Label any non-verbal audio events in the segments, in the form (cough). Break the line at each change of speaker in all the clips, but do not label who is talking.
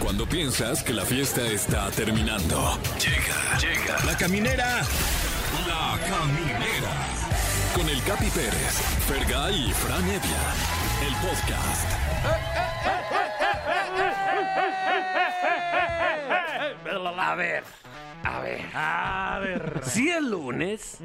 Cuando piensas que la fiesta está terminando. Llega, llega. La caminera. La caminera. Con el Capi Pérez, Fergay y Fran Evia. El podcast.
A ver, a ver.
A ver.
Sí es lunes,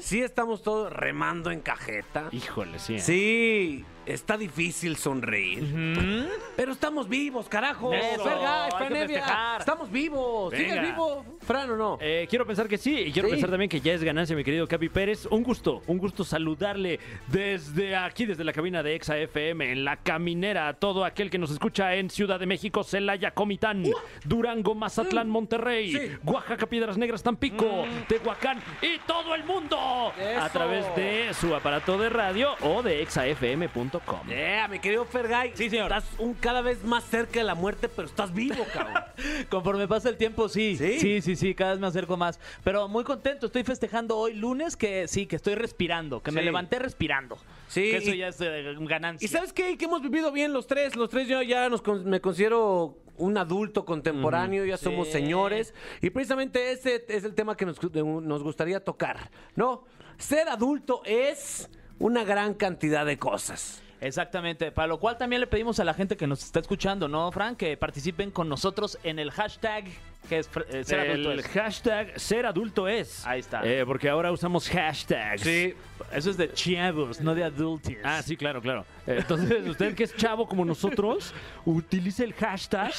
sí estamos todos remando en cajeta.
Híjole, sí. ¿eh?
Sí, está difícil sonreír. Pero estamos vivos, carajo.
Eso,
Verga,
hay
Fran
que
Evia,
festejar.
Estamos vivos. ¿Sigues
Venga.
vivo, Fran, o no?
Eh, quiero pensar que sí, y quiero
Sí.
pensar también que ya es ganancia, mi querido Capi Pérez. Un gusto, un gusto saludarle desde aquí, desde la cabina de Exa FM, en la caminera, a todo aquel que nos escucha en Ciudad de México, Celaya, Comitán, Durango, Mazatlán, Monterrey,
Uh. Mm. Sí. Mm.
Oaxaca, Piedras Negras, Tampico, Tehuacán y todo el mundo a
Eso.
través de su aparato de radio o de exafm.com.
Yeah, mi querido Fergay.
Sí, señor.
Estás un cada vez más cerca de la muerte, pero estás vivo, cabrón.
Conforme pasa el tiempo, sí.
¿Sí?
Sí, sí, sí, cada vez me acerco más. Pero muy contento, estoy festejando hoy lunes que sí, que estoy respirando, que me
Sí.
levanté respirando.
Sí,
Que eso
y-
ya es eh, ganancia.
¿Y sabes qué? Que hemos vivido bien los tres. Los tres yo ya nos con- me considero un adulto contemporáneo, ya somos
Sí.
señores. Y precisamente ese es el tema que nos, nos gustaría tocar, ¿no? Ser adulto es una gran cantidad de cosas.
Exactamente, para lo cual también le pedimos a la gente que nos está escuchando, ¿no, Frank? Que participen con nosotros en el hashtag que es fr- eh, ser adulto
el
es.
hashtag ser adulto es.
Ahí está.
Eh, porque ahora usamos hashtags.
Eso es de chavos, no de adultos.
Ah, sí, claro, claro. Eh, Entonces, usted que es chavo como nosotros, utilice el hashtag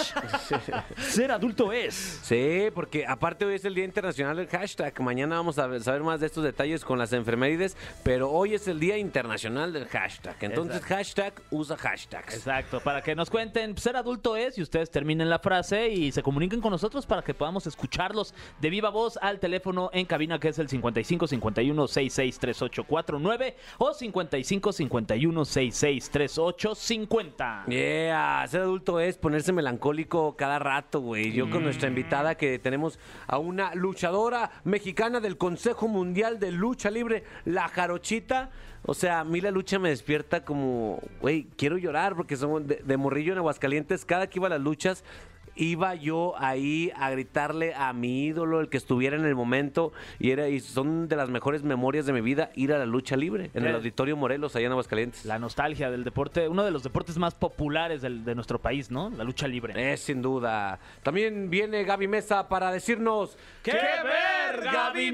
ser adulto es.
Sí, porque aparte hoy es el Día Internacional del Hashtag. Mañana vamos a ver- saber más de estos detalles con las enfermerides, pero hoy es el Día Internacional del Hashtag. Entonces, hashtag usa hashtags.
Exacto, para que nos cuenten, pues, ser adulto es, y ustedes terminen la frase y se comuniquen con nosotros para que podamos escucharlos de viva voz al teléfono en cabina que es el 55 51 66 38 49 o 55 51 66 38 50.
Yeah, ser adulto es ponerse melancólico cada rato, güey. Yo con nuestra invitada que tenemos a una luchadora mexicana del Consejo Mundial de Lucha Libre, la Jarochita. O sea, a mí la lucha me despierta como, güey, quiero llorar porque somos de, de morrillo en Aguascalientes. Cada que iba a las luchas, iba yo ahí a gritarle a mi ídolo, el que estuviera en el momento. Y, era, y son de las mejores memorias de mi vida ir a la lucha libre en el
Eh.
Auditorio Morelos, allá en Aguascalientes.
La nostalgia del deporte, uno de los deportes más populares del- de nuestro país, ¿no? La lucha libre.
Es Eh, sin duda. También viene Gaby Mesa para decirnos
¡Qué ver, Gaby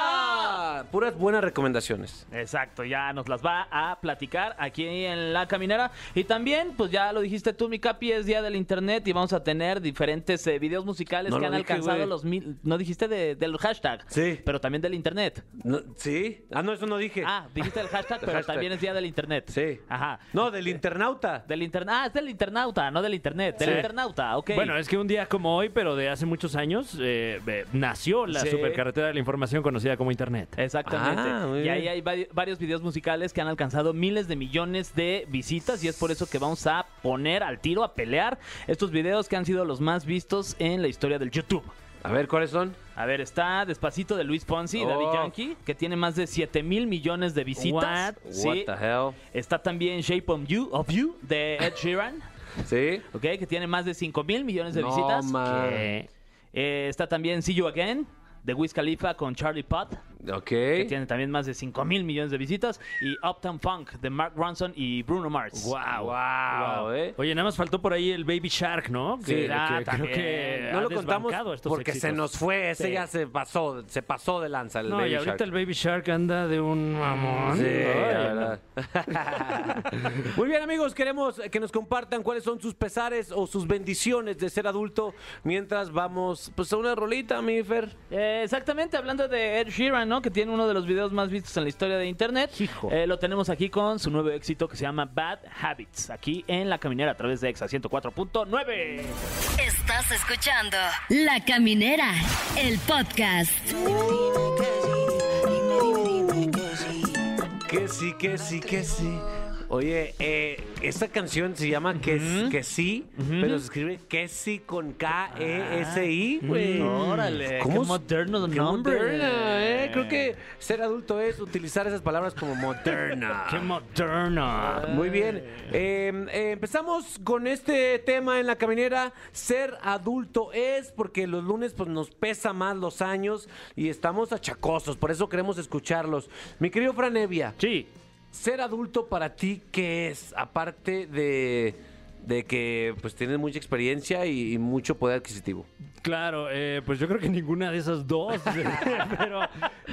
Mesa!
Puras buenas recomendaciones.
Exacto, ya nos las va a platicar aquí en la caminera. Y también, pues ya lo dijiste tú, mi capi, es día del internet y vamos a tener diferentes eh, videos musicales
No
que
lo
han
dije,
alcanzado
güey.
los mil. No dijiste de- del hashtag,
Sí.
pero también del internet.
No, ¿Sí? Ah, no, eso no dije.
Ah, dijiste del hashtag, pero
Hashtag.
también es día del internet.
Sí.
Ajá.
No, del internauta.
Del interna ah, es del internauta, no del internet. Del
Sí.
internauta, ok.
Bueno, es que un día como hoy, pero de hace muchos años, eh, eh, nació la
Sí.
supercarretera de la información conocida como Internet.
Exactamente.
Ah, muy
y ahí
bien.
hay vari- varios videos musicales que han alcanzado miles de millones de visitas y es por eso que vamos a poner al tiro, a pelear estos videos que han sido los más vistos en la historia del YouTube.
A ver, ¿cuáles son?
A ver, está Despacito de Luis Ponzi y Daddy
Oh.
Yankee, que tiene más de 7 mil millones de visitas.
What?
Sí.
What the hell?
Está también Shape of You, of you de Ed Sheeran,
¿Sí?
ok, que tiene más de 5 mil millones de
No,
visitas.
ma.
Eh,
Eh, está también See You Again de Wiz Khalifa con Charlie Puth
Ok.
que tiene también más de 5 mil millones de visitas, y Uptown Funk de Mark Ronson y Bruno Mars.
Wow.
Wow, eh.
Oye, nada más faltó por ahí el Baby Shark, ¿no?
Sí,
ah,
creo
también.
que
No
ha
lo contamos
desbancado estos
porque se
éxitos.
nos fue. Ese
Sí.
ya se pasó, se pasó de lanza el
No,
Baby
y ahorita
Shark.
el Baby Shark anda de un mamón.
Sí,
Ay,
la
no. (laughs)
verdad. Muy bien, amigos, queremos que nos compartan cuáles son sus pesares o sus bendiciones de ser adulto mientras vamos pues a una rolita, mi Fer.
Eh, exactamente, hablando de Ed Sheeran, ¿no? Que tiene uno de los videos más vistos en la historia de internet.
Hijo.
Eh, lo tenemos aquí con su nuevo éxito que se llama Bad Habits, aquí en La Caminera a través de Exa 104.9.
Estás escuchando La Caminera, el podcast.
Dime que sí, dime, dime que sí.
Que sí, que sí, que sí. Oye, eh, esta canción se llama Que, que sí, pero se escribe Que sí con K-E-S-I, güey.
Órale, qué
es-
moderno
qué
nombre.
moderna, eh? Creo que ser adulto es utilizar esas palabras como moderna.
(laughs) ¡Qué moderna!
Muy bien. Eh, eh, empezamos con este tema en la caminera. Ser adulto es porque los lunes pues nos pesa más los años y estamos achacosos. Por eso queremos escucharlos. Mi querido Franevia,
Sí.
ser adulto para ti, ¿qué es? Aparte de, de que pues tienes mucha experiencia y, y mucho poder adquisitivo.
Claro, eh, pues yo creo que ninguna de esas dos. (laughs) pero,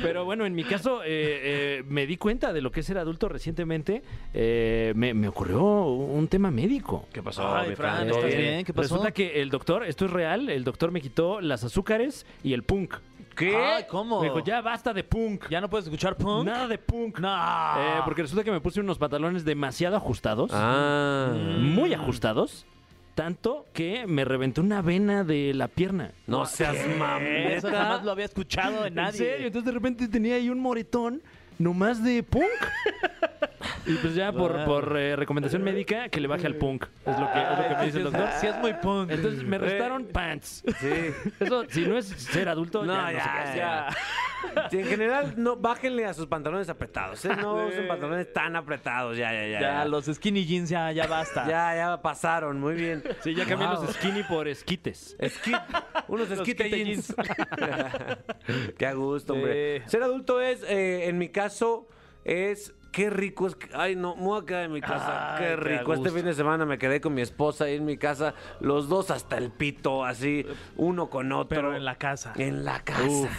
pero bueno, en mi caso eh, eh, me di cuenta de lo que es ser adulto recientemente. Eh, me, me ocurrió un tema médico. ¿Qué pasó?
Ay, mi Fran? Fran, ¿estás bien? ¿Qué pasó?
Resulta que el doctor, esto es real, el doctor me quitó las azúcares y el punk.
¿Qué?
Ay, ¿cómo?
Me dijo, ya basta de punk.
¿Ya no puedes escuchar punk?
Nada de punk.
No.
Eh, porque resulta que me puse unos pantalones demasiado ajustados.
Ah.
Muy ajustados. Tanto que me reventé una vena de la pierna.
No seas
Eso
mameta.
jamás lo había escuchado de nadie.
En serio, entonces de repente tenía ahí un moretón nomás de punk. y pues ya por, por, eh, recomendación médica que le baje al punk. Es lo que, es lo que me dice el doctor.
Sí, es muy punk. Eh.
Entonces me restaron pants. (laughs) Eso, si no es ser adulto,
No,
ya, no sé qué
ya,
hacer.
ya. En general, no, bájenle a sus pantalones apretados. ¿eh? No usen pantalones tan apretados. Ya, ya, ya.
ya,
Ya,
los skinny jeans ya, ya basta.
ya, ya pasaron. Muy bien.
Sí, ya cambié
Wow.
los skinny por esquites.
Esqui- unos esquite
quite
jeans. (laughs) Qué a gusto, hombre.
Sí.
Ser adulto es, eh, en mi caso, es. Qué rico es. que- Ay, no, me voy a quedar en mi casa.
Ay, qué
qué
a
rico. Este
gusto.
fin de semana me quedé con mi esposa ahí en mi casa. Los dos hasta el pito, así, uno con otro.
Pero en la casa.
En la casa.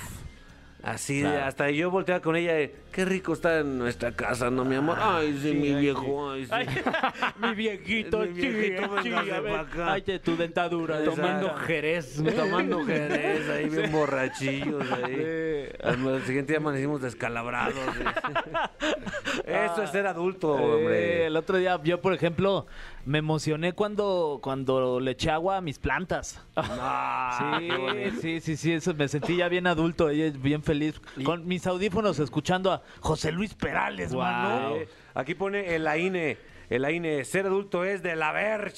Así, de-
Claro.
hasta yo volteaba con ella. eh, Qué rico está en nuestra casa, ¿no, mi amor?
Ah,
Ay, sí, mi viejo. Ay, sí.
(laughs) mi viejito,
Mi viejito,
sí, sí,
véngase
a ver.
pa' acá.
Ay, de tu dentadura. de
Tomando
esa.
Jerez.
(laughs) Tomando (laughs) jerez, ahí bien borrachillos. Ahí.
Sí.
Al al siguiente día amanecimos descalabrados.
(laughs)
sí. Eso es ser adulto, hombre.
Ah, Eh, el otro día yo, por ejemplo, me emocioné cuando, cuando le eché agua a mis plantas.
Ah,
Sí,
qué bonito.
sí, sí, sí, eso me sentí ya bien adulto, eh, bien feliz. Con mis audífonos escuchando a José Luis Perales,
Guau.
mano.
Eh, Aquí pone el AINE. E, El AINE, ser adulto es de la
(laughs)
ver.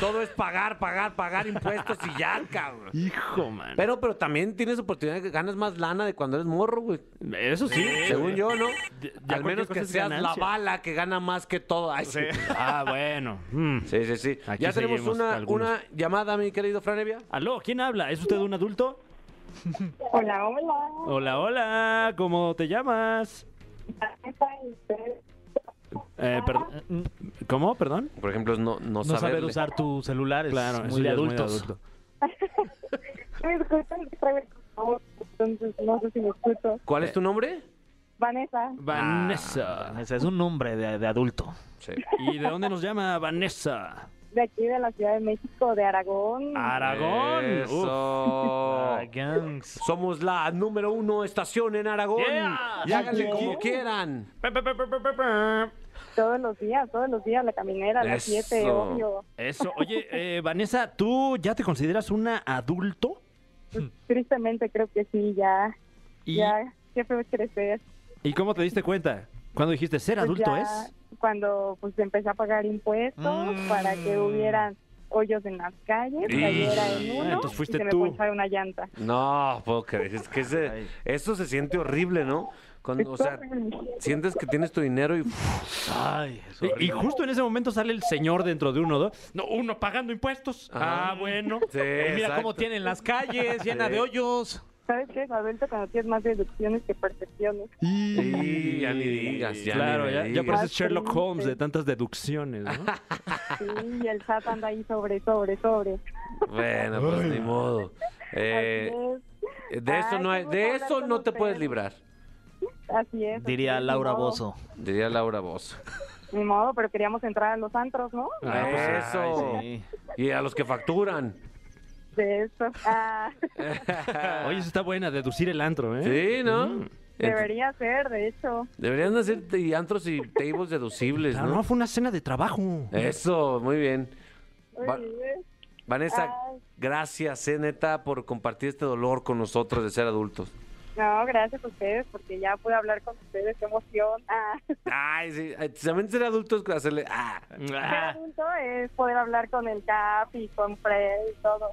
Todo es pagar, pagar, pagar impuestos y ya, cabrón.
Hijo, man.
Pero, pero también tienes oportunidad de que ganas más lana de cuando eres morro, güey.
Eso sí.
Según yo, ¿no?
Ya- ya
Al
cualquier
menos
cosa
que
es
seas la
ganancia.
bala que gana más que todo. Ay, sí.
Ah, bueno. Mm.
Sí, sí, sí.
Aquí
ya tenemos
seguimos
una,
algunos.
una llamada, mi querido Franevia.
Aló, ¿quién habla? ¿Es usted un adulto?
Hola, hola.
Hola, hola. ¿Cómo te llamas? Eh, perdón. ¿Cómo? Perdón.
Por ejemplo, es no, no,
No saber
saberle.
usar tu celular es
Claro, eso
muy de
ya es muy de
adultos.
adulto.
Me escuchan otra entonces no sé si me escucho.
¿Cuál
Eh.
es tu nombre?
Vanessa,
Vanessa.
Ese Ah, es un nombre de, de adulto.
Sí.
¿Y de dónde nos llama Vanessa?
de aquí de la Ciudad de México, de Aragón.
Aragón. Uf.
(laughs) Eso.
Ah, gangs.
Somos la número uno estación en Aragón.
Yeah.
Y háganle como quieran.
Pe, pe, pe, pe, pe, pe, pe.
Todos los días, todos los días, la caminera, a las
Eso.
7, obvio.
Eso. Oye, eh, Vanessa, ¿tú ya te consideras una adulto?
Tristemente creo que sí, ya,
¿Y,
ya, siempre voy a crecer.
¿y cómo te diste cuenta? ¿Cuándo dijiste ser
Pues
adulto
ya
es?
Cuando pues empecé a pagar impuestos
Mm.
para que hubieran hoyos en las calles,
Y-
cayera en uno
Entonces fuiste
y se me
tú.
ponchara una llanta.
No, puedo creer. Es que ese- eso se siente horrible, ¿no? Cuando, o sea, sientes que tienes tu dinero y
Ay, es
Y- Y
horrible.
justo en ese momento sale el señor dentro de uno, dos. No, uno pagando impuestos. Ah,
Ah.
bueno.
Sí,
Y Pues mira cómo
exacto.
tienen
(laughs)
las calles, llena de hoyos.
¿Sabes qué? Adulto cuando tienes más deducciones que percepciones.
Sí, ya ni digas, ya
claro,
ni me
ya, ya
digas.
pareces Sherlock
Bastante.
Holmes de tantas deducciones, ¿no?
Sí, y el SAT anda ahí sobre, sobre, sobre.
Bueno, pues ni modo. Eh,
Así
de eso
Ay,
no
qué
hay-
gusto
de
hablar
eso
con
no te
ustedes.
puedes librar,
es, así es.
Diría
así es,
Laura
ni modo.
Bozo.
diría Laura Bozo.
Ni modo, pero queríamos entrar a los antros, ¿no?
Ah, pues, ay,
eso.
sí.
Y a los que facturan.
De eso. Ah,
(laughs) Oye, eso está buena, deducir el antro, ¿eh?
Sí, ¿no? Ent-
debería ser,
(laughs)
de hecho.
Deberían hacer t- antros y tables deducibles,
Claro, no,
¿no?
fue una cena de trabajo.
Eso, muy bien.
Muy
Va-
bien.
Vanessa,
Ay.
gracias, eh, neta, por compartir este dolor con nosotros de ser adultos.
No, gracias a ustedes, porque ya pude hablar con ustedes, qué emoción. Ah,
Ay, sí, eh, también ser adultos hacerle. Ah.
Ser adulto es poder hablar con el CAP y con Fred y todo.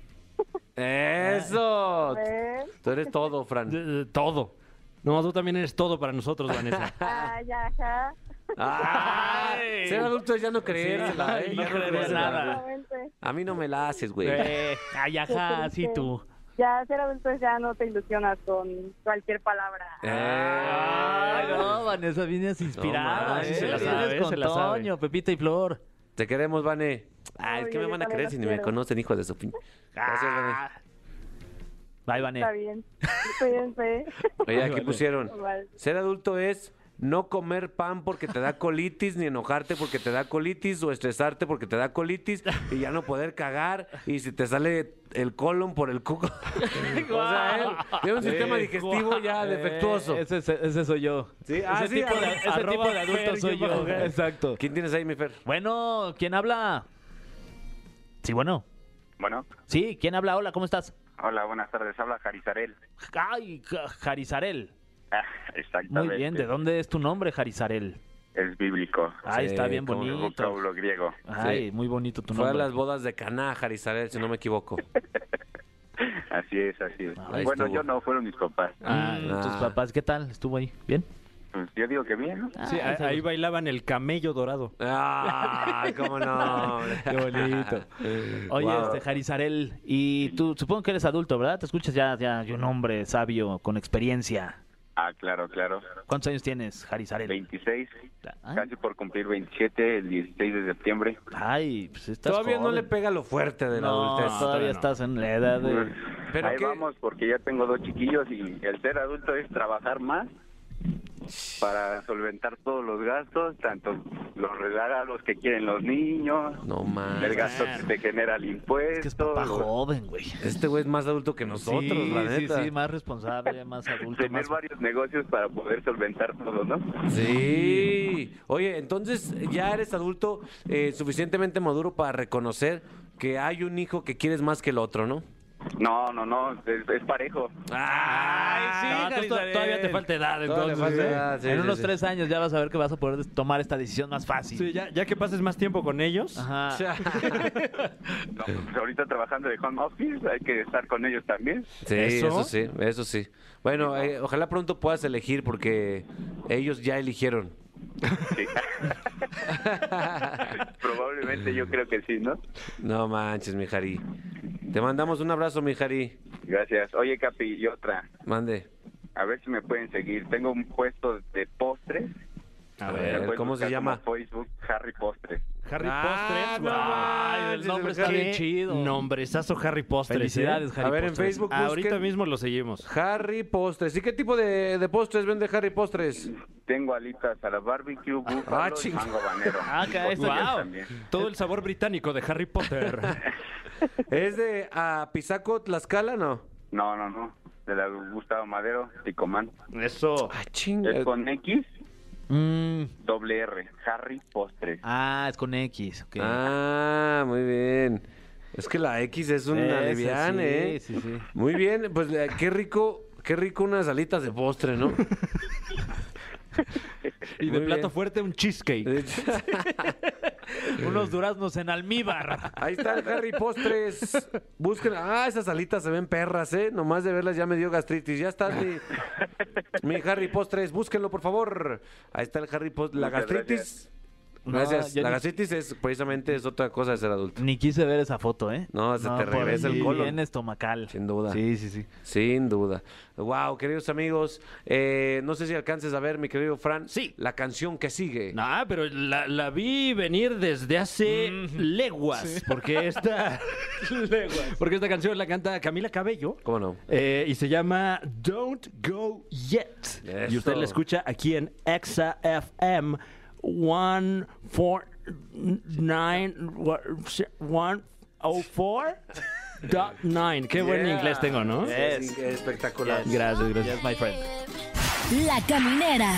Eso.
¿Ves?
Tú eres todo, Fran.
Eh, Todo. No, tú también eres todo para nosotros, Vanessa.
Ah.
Ay, ajá.
Ay, ser adulto es ya no creérsela,
ay,
¿eh?
no
Ya no
creer
creérsela,
nada.
güey.
Exactamente.
(laughs) A mí no me la haces, güey.
Eh, ay, ajá,
Qué
sí
triste.
tú.
Ya ser adulto es ya no te ilusionas con cualquier palabra.
Ah, Ay,
Eh.
no, Vanessa, vienes
No,
inspirada.
man,
¿eh?
se la
Vienes
sabe,
con
se la sabe.
Toño, Pepita y Flor.
Te queremos, Vane. Ah,
Ay,
es que me
yo
van a
también
querer
los
si ni me
quiero.
conocen, hijo de su fin. Gracias, Vane.
Bye,
Está
Vanessa.
bien. Cuídense.
Oye, aquí pusieron.
Vale.
Ser adulto es no comer pan porque te da colitis, ni enojarte porque te da colitis, o estresarte porque te da colitis, y ya no poder cagar, y si te sale el colon por el cuco. (laughs) o sea, él tiene
(laughs)
un sistema digestivo ya defectuoso.
Eh, ese, ese soy yo.
Sí, ah,
ese
sí,
tipo de,
ah,
ese
arroba
tipo de adulto
Fer,
soy
guión bajo
yo.
Fer.
Exacto.
¿Quién tienes ahí, mi Fer?
Bueno, ¿quién habla? Sí, bueno.
Bueno,
Sí, ¿quién habla? Hola, ¿cómo estás?
hola, buenas tardes. Habla Jarizarel.
Ay, Ja- Jarizarel.
Ah, exactamente.
Muy bien, ¿de dónde es tu nombre, Jarizarel?
Es bíblico.
Ay,
Sí,
está bien
cómo no.
bonito.
Vocablo griego.
Ay, muy bonito tu
Fue a
nombre.
las bodas de Caná, Jarizabel, si no me equivoco.
(laughs) Así es, así es.
Ahí
bueno,
estuvo.
yo no, fueron mis papás.
Ah,
Ah.
tus papás, Ah, ¿qué tal? ¿Estuvo ahí? ¿Bien?
Pues yo digo que bien, ¿no?
Ah, Sí, a- ahí bailaban el camello dorado.
Ah, cómo no.
(laughs)
hombre.
Qué bonito. Oye,
Wow.
este Jarizarel, y tú supongo que eres adulto, ¿verdad? Te escuchas ya, ya un hombre sabio, con experiencia.
Ah, claro, claro.
¿Cuántos años tienes, Jarizarel?
26,
Ay.
casi por cumplir 27, el 16 de septiembre.
Ay, pues estás
Todavía no
joven.
le pega lo fuerte de la
No,
adultez.
todavía
no.
estás en la edad de...
Pero
Pues, Ahí
qué-
vamos, porque ya tengo dos chiquillos y el ser adulto es trabajar más para solventar todos los gastos, tanto los regalos que quieren los niños,
No
el
mames.
gasto que te genera el impuesto.
Es que es papá Ah, joven, güey.
Este güey es más adulto que nosotros,
sí,
la neta.
sí, sí, más responsable, más adulto,
tener
más...
varios negocios para poder solventar todo, ¿no?
Sí. Oye, entonces ya eres adulto eh, suficientemente maduro para reconocer que hay un hijo que quieres más que el otro, ¿no?
No, no, no, es, es parejo.
Ah,
No, tú to- todavía te falta edad,
Todavía
entonces.
le falta
Ah,
edad, sí,
en
sí,
unos
sí.
tres años ya vas a ver que vas a poder tomar esta decisión más fácil.
Sí, ya, ya que pases más tiempo con ellos.
Ajá.
(laughs)
No, pues ahorita trabajando de home office, hay que estar con ellos también.
Sí, ¿Eso?
¿Eso?
sí, eso sí. Bueno, eh, ojalá pronto puedas elegir porque ellos ya eligieron.
Sí. Probablemente yo creo que sí, ¿no?
No manches, mi Jari. Te mandamos un abrazo, mi Jari.
Gracias. Oye, Capi, y otra.
Mande.
A ver si me pueden seguir. Tengo un puesto de postres.
A
Me
ver,
pueden
¿cómo se
buscar como
llama?
Facebook Harry Postres.
Harry
Ah,
Postres.
no
guau.
manches,
Ay, el nombre
el
está
Harry.
bien chido. Nombrezazo Harry Postres. ¿eh?
Felicidades, Harry
A ver, en
Postres.
Facebook
Ahorita
busquen
mismo lo seguimos.
Harry Postres. ¿Y qué tipo de, de postres vende Harry Postres?
Tengo alitas a la barbecue, búfalo
Ah,
y
ching-
mango banero.
Ah, caray,
Y tortillas
guau.
también.
Todo el sabor británico de Harry (laughs) Potter.
¿Es de a Pisaco, Tlaxcala, no?
No, no, no. De la Gustavo Madero, Ticomán.
Eso.
Ah, chinga.
Es con X,
Mm,
doble R. Harry Postres.
ah, es con
(laughs)
X. ok.
Ah, muy bien. Es que la X es un
Ese
alivian,
sí,
¿eh?
sí, sí.
Muy bien, pues eh, qué rico, qué rico unas alitas de postre, ¿no?
Y de
Muy
plato
bien.
fuerte, un cheesecake.
Eh,
Unos duraznos en almíbar.
(laughs) Ahí está el Harry Postres. Busquen. Ah, esas alitas se ven perras, ¿eh? Nomás de verlas ya me dio gastritis. Ya está mi, mi Harry Postres. Búsquenlo, por favor. Ahí está el Harry Postres. La
Muchas
gastritis.
No,
Gracias.
yo
la
ni-
gastritis es precisamente es otra cosa de ser adulto.
Ni quise ver esa foto, ¿eh?
No, se te
por
regresa el
ahí
colon.
Bien estomacal.
Sin duda.
Sí, sí, sí.
Sin duda. Wow, queridos amigos. eh, no sé si alcances a ver, mi querido Fran.
Sí.
La canción que sigue.
No, pero la, la vi venir desde hace leguas, porque (laughs) esta porque esta canción la canta Camila Cabello
¿Cómo no?
eh, y se llama Don't Go Yet. Y usted
Eso.
la escucha aquí en Exa FM oh 149.9. Qué buen
Yeah.
inglés tengo, ¿no?
Es espectacular.
Gracias, gracias, my friend.
La Caminera,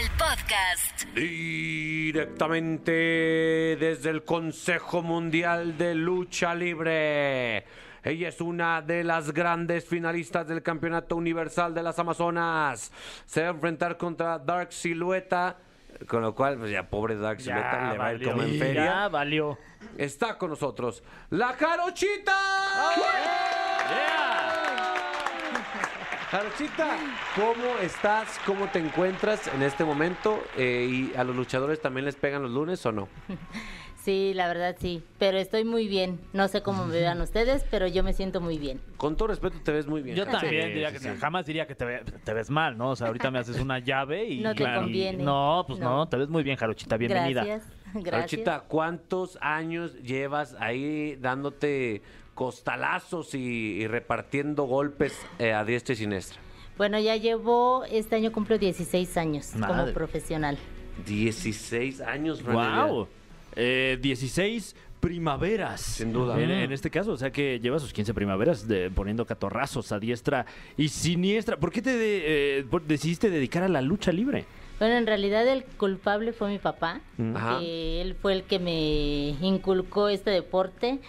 el podcast.
Directamente desde el Consejo Mundial de Lucha Libre. Ella es una de las grandes finalistas del Campeonato Universal de las Amazonas. Se va a enfrentar contra Dark Silueta. Con lo cual, pues ya pobre Dark Silueta le va a ir como en feria.
Ya valió.
Está con nosotros la Jarochita. Jarochita, ¿cómo estás? ¿Cómo te encuentras en este momento? Eh, ¿Y a los luchadores también les pegan los lunes o no?
Sí, la verdad sí. Pero estoy muy bien. No sé cómo me vean ustedes, pero yo me siento muy bien.
Con todo respeto, te ves muy bien.
Yo
Jarochita.
también
Sí,
diría
sí,
que
sí.
te- jamás diría que te, ve- te ves mal, ¿no? O sea, ahorita me haces una llave y.
(laughs) No te
y-
conviene.
No, pues no.
No.
te ves muy bien, Jarochita. Bienvenida.
Gracias. Gracias.
Jarochita, ¿cuántos años llevas ahí dándote costalazos y, y repartiendo golpes eh, a diestra y siniestra?
Bueno, ya llevo, este año cumplo 16 años
Madre.
como profesional.
16 años, Fran Evia.
¡Wow! Eh, 16 primaveras.
Sin duda.
En, en este caso, o sea que lleva sus 15 primaveras de- poniendo catorrazos a diestra y siniestra. ¿Por qué te de- eh, por- decidiste dedicar a la lucha libre?
Bueno, en realidad el culpable fue mi papá.
Ajá.
que él fue el que me inculcó este deporte,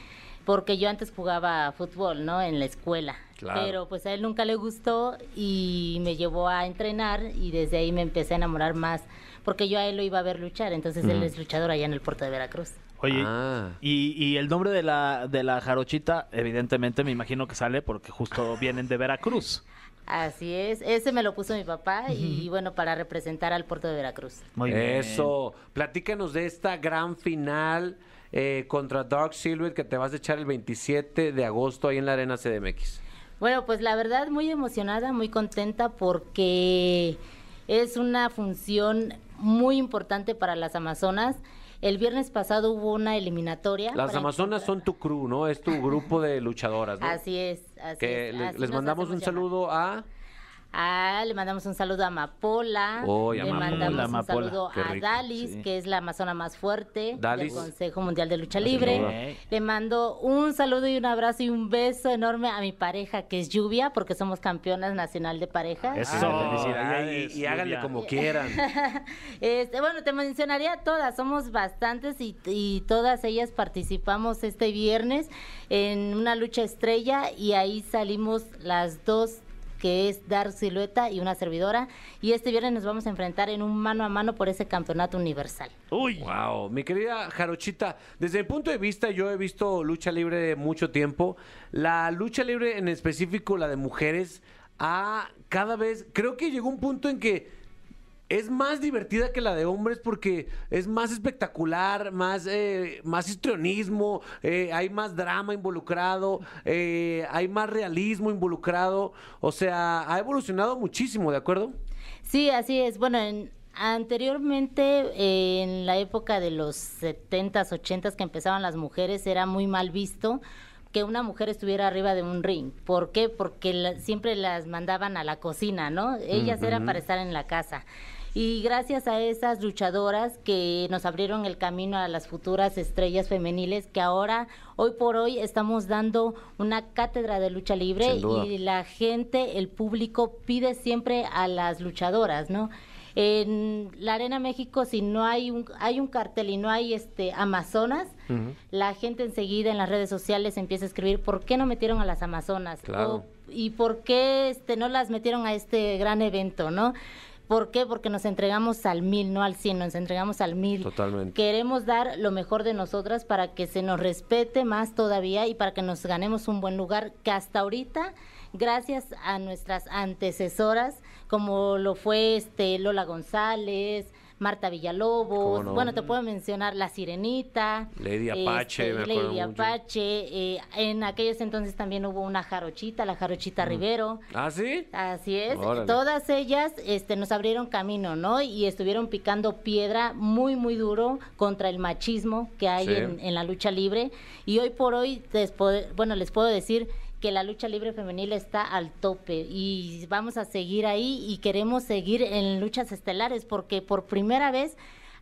porque yo antes jugaba fútbol, ¿no? En la escuela.
Claro.
Pero pues a él nunca le gustó y me llevó a entrenar y desde ahí me empecé a enamorar más, porque yo a él lo iba a ver luchar, entonces él es luchador allá en el puerto de Veracruz.
Oye,
Ah.
y, y el nombre de la, de la Jarochita, evidentemente me imagino que sale porque justo vienen de Veracruz.
Así es, ese me lo puso mi papá y bueno, para representar al puerto de Veracruz.
Muy bien.
Eso. Platícanos de esta gran final eh, contra Dark Silver que te vas a echar el 27 de agosto ahí en la Arena CDMX.
Bueno, pues la verdad muy emocionada, muy contenta porque es una función muy importante para las Amazonas. El viernes pasado hubo una eliminatoria.
Las
para
Amazonas son tu crew, ¿no? Es tu grupo de luchadoras, ¿no?
Así es, así
que
es.
le-
así
les
nos
mandamos un
hacemos llamar.
saludo a...
Ah, le mandamos un saludo a Amapola.
Oy,
le
Amapola,
mandamos un
Amapola,
saludo
qué
a
rico,
Dalis,
sí.
que es la amazona más fuerte
Dalis.
del Consejo Mundial de Lucha
Así
Libre.
no va.
Le mando un saludo y un abrazo y un beso enorme a mi pareja, que es Lluvia, porque somos campeonas nacional de parejas.
Eso.
Ah, felicidades, y, y háganle
Lluvia.
como quieran.
(laughs) Este, bueno, te mencionaría a todas, somos bastantes y, y todas ellas participamos este viernes en una lucha estrella y ahí salimos las dos que es Dar Silueta y una servidora. Y este viernes nos vamos a enfrentar en un mano a mano por ese campeonato universal.
¡Uy!
Wow, mi querida Jarochita, desde mi punto de vista yo he visto lucha libre mucho tiempo. La lucha libre en específico, la de mujeres, ha cada vez, creo que llegó un punto en que es más divertida que la de hombres porque es más espectacular, más, eh, más histrionismo, eh, hay más drama involucrado, eh, hay más realismo involucrado. O sea, ha evolucionado muchísimo, ¿de acuerdo?
Sí, así es. Bueno, en- anteriormente, eh, en la época de los 70s, 80s que empezaban las mujeres, era muy mal visto que una mujer estuviera arriba de un ring. ¿Por qué? Porque la- siempre las mandaban a la cocina, ¿no? Ellas eran para estar en la casa. Y gracias a esas luchadoras que nos abrieron el camino a las futuras estrellas femeniles que ahora, hoy por hoy, estamos dando una cátedra de lucha libre
Sin duda.
y la gente, el público pide siempre a las luchadoras, ¿no? En la Arena México, si no hay un, hay un cartel y no hay este Amazonas, la gente enseguida en las redes sociales empieza a escribir ¿por qué no metieron a las Amazonas?
Claro.
O, ¿Y por qué este, no las metieron a este gran evento, no? ¿Por qué? Porque nos entregamos al mil, no al cien, nos entregamos al mil.
Totalmente.
Queremos dar lo mejor de nosotras para que se nos respete más todavía y para que nos ganemos un buen lugar que hasta ahorita, gracias a nuestras antecesoras, como lo fue este Lola González, Marta Villalobos,
Cómo no.
bueno, te puedo mencionar La Sirenita,
Lady Apache, me acuerdo
este, Lady
mucho.
Apache, eh, en aquellos entonces también hubo una jarochita, la jarochita Rivero.
¿Ah, sí?
Así es,
Órale.
todas ellas este, nos abrieron camino, ¿no? Y estuvieron picando piedra muy, muy duro contra el machismo que hay
Sí.
en, en la lucha libre. Y hoy por hoy, les puedo- bueno, les puedo decir que la lucha libre femenil está al tope y vamos a seguir ahí y queremos seguir en luchas estelares porque por primera vez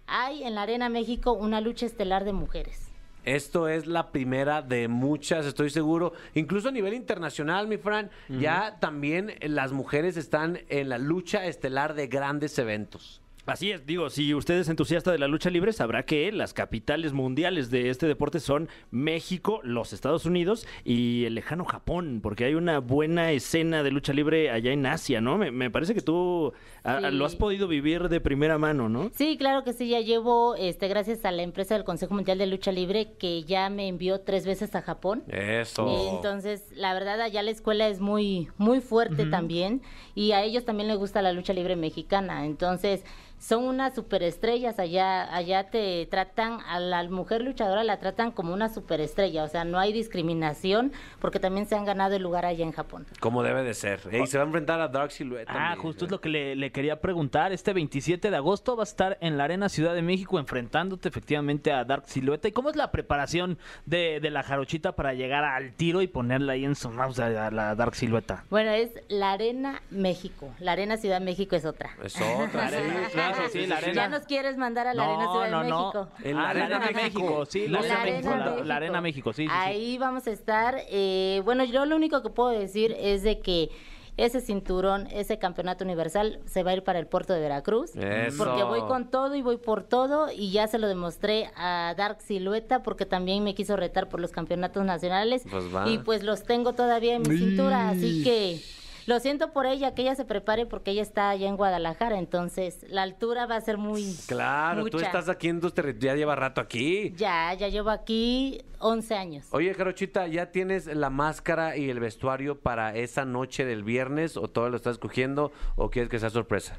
hay en la Arena México una lucha estelar de mujeres.
Esto es la primera de muchas, estoy seguro. Incluso a nivel internacional, mi Fran, ya también las mujeres están en la lucha estelar de grandes eventos.
Así es, digo, si usted es entusiasta de la lucha libre, sabrá que las capitales mundiales de este deporte son México, los Estados Unidos y el lejano Japón, porque hay una buena escena de lucha libre allá en Asia, ¿no? Me, me parece que tú a- a- lo has
Sí.
podido vivir de primera mano, ¿no?
Sí, claro que sí, ya llevo, este, gracias a la empresa del Consejo Mundial de Lucha Libre, que ya me envió tres veces a Japón.
Eso.
Entonces, la verdad, allá la escuela es muy, muy fuerte también y a ellos también les gusta la lucha libre mexicana. Entonces, son unas superestrellas allá, allá te tratan, a la mujer luchadora la tratan como una superestrella, o sea, no hay discriminación porque también se han ganado el lugar allá en Japón.
(laughs) Como debe de ser. Y se va a enfrentar a Dark Silhouette.
Ah,
también,
justo es
¿eh?
lo que le, le quería preguntar. Este 27 de agosto va a estar en la Arena Ciudad de México enfrentándote efectivamente a Dark Silueta. ¿Y cómo es la preparación de, de la jarochita para llegar al tiro y ponerla ahí en su mouse a, a la Dark Silueta?
Bueno, es la Arena México, la Arena Ciudad México es otra.
Es otra, sí, claro,
sí, la arena.
Ya nos quieres mandar a la Arena Ciudad de México.
En la
Ah,
Arena México.
sí,
La
la, Arena
Arena
México. La-
México.
la Arena México, sí, sí, sí.
Ahí vamos a estar. eh, bueno, yo lo único que puedo decir es de que ese cinturón, ese campeonato universal, se va a ir para el puerto de Veracruz.
Eso.
Porque voy con todo y voy por todo. Y ya se lo demostré a Dark Silueta porque también me quiso retar por los campeonatos nacionales.
Pues va.
Y pues los tengo todavía en mi cintura. Así que lo siento por ella, que ella se prepare porque ella está allá en Guadalajara. Entonces la altura va a ser muy.
Claro, tú
mucha.
estás aquí en tus territorios. Ya lleva rato aquí.
Ya, ya llevo aquí 11 años.
Oye, Jarochita, ¿ya tienes la máscara y el vestuario para esa noche del viernes? ¿O todavía lo estás escogiendo? ¿O quieres que sea sorpresa?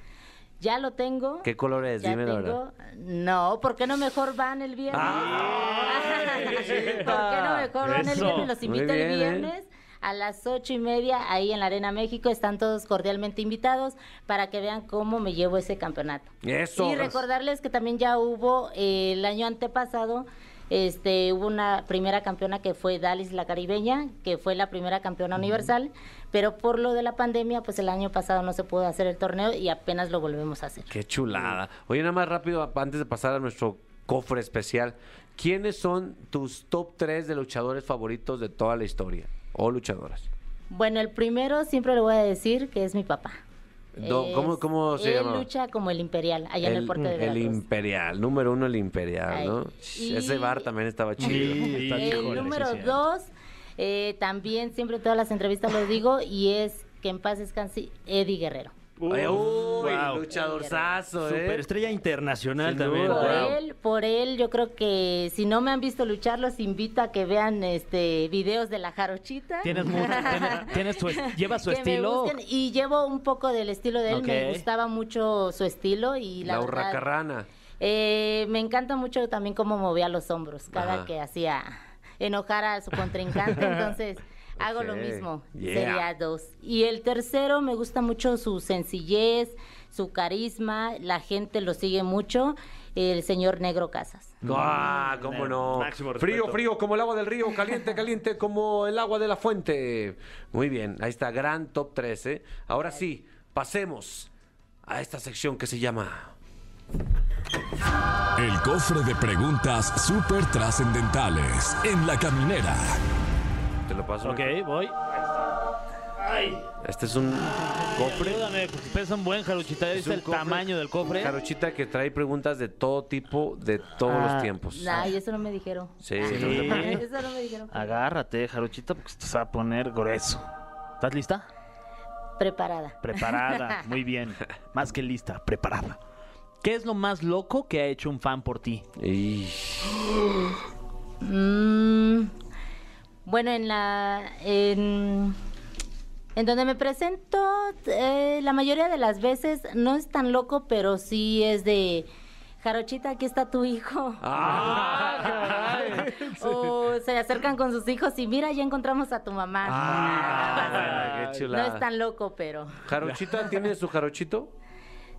Ya lo tengo.
¿Qué color es?
Ya
Pues Dime la verdad.
tengo- No, ¿por qué no mejor van el viernes? (laughs) ¿Por qué no mejor van el
Eso.
viernes? Los invito
Ah. Muy bien, ¿eh?
el viernes. A las ocho y media, ahí en la Arena México, están todos cordialmente invitados para que vean cómo me llevo ese campeonato.
Eso.
Y recordarles que también ya hubo eh, el año antepasado, este, hubo una primera campeona que fue Dalis la caribeña, que fue la primera campeona universal, pero por lo de la pandemia, pues el año pasado no se pudo hacer el torneo y apenas lo volvemos a hacer.
Qué chulada. Oye, nada más rápido, a- antes de pasar a nuestro cofre especial, ¿quiénes son tus top 3 de luchadores favoritos de toda la historia? O luchadoras.
Bueno, el primero siempre le voy a decir que es mi papá.
Do-
Es-
¿cómo- cómo se
él
llama?
lucha como el imperial, allá en el puerto de Veracruz.
(laughs) Imperial, número uno el Imperial,
Ay,
¿no?
y-
Ese bar también estaba chido.
Sí,
El
híjole,
número
sí, sí.
dos, eh, también siempre en todas las entrevistas lo digo, y es que en paz descanse Eddie Guerrero.
Oye, uy,
wow.
luchadorzazo, ¿eh?
oh, Superestrella internacional
Sin
también.
duda.
Por
Ah,
Wow.
él, por él, yo creo que si no me han visto luchar, los invito a que vean este videos de la jarochita.
Tienes mucho,
(laughs)
tienes, tienes tu, est- lleva su
Que me
estilo.
busquen, y llevo un poco del estilo de él, me
Ok.
gustaba mucho su estilo y la,
La
verdad,
hurracarrana.
eh, me encanta mucho también cómo movía los hombros cada
Ajá.
que hacía enojar a su contrincante,
(laughs)
entonces hago lo
Ok,
mismo,
yeah.
sería dos. Y el tercero me gusta mucho su sencillez, su carisma, la gente lo sigue mucho, el señor Negro Casas.
Ah, cómo no.
Mm. máximo respeto.
frío, frío como el agua del río, caliente, caliente como el agua de la fuente. Muy bien, ahí está, gran top 13. Ahora sí, pasemos a esta sección que se llama...
El cofre de preguntas súper trascendentales en la caminera.
Te lo paso.
Ok, voy.
Este es un cofre.
Ayúdame,
pues,
porque pesa un buen jarochita. ¿Ya
Es
viste
un
el
cofre.
tamaño del cofre?
Jarochita que trae preguntas de todo tipo, de todos los
Ah,
tiempos.
Ay, eso no me dijeron.
Sí,
Ay,
no te preocupes.
(laughs) eso no me dijeron.
Agárrate, jarochita, porque esto se va a poner grueso. ¿Estás lista?
Preparada. (laughs)
Preparada, muy bien. Más que lista, preparada. ¿Qué es lo más loco que ha hecho un fan por ti?
Y-
Mm, bueno, en la. En, en donde me presento, eh, la mayoría de las veces no es tan loco, pero sí es de. Jarochita, aquí está tu hijo.
Ah,
(laughs) o se acercan con sus hijos y mira, ya encontramos a tu mamá.
Ah, qué
no
chulada.
es tan loco, pero
¿Jarochita tiene su jarochito?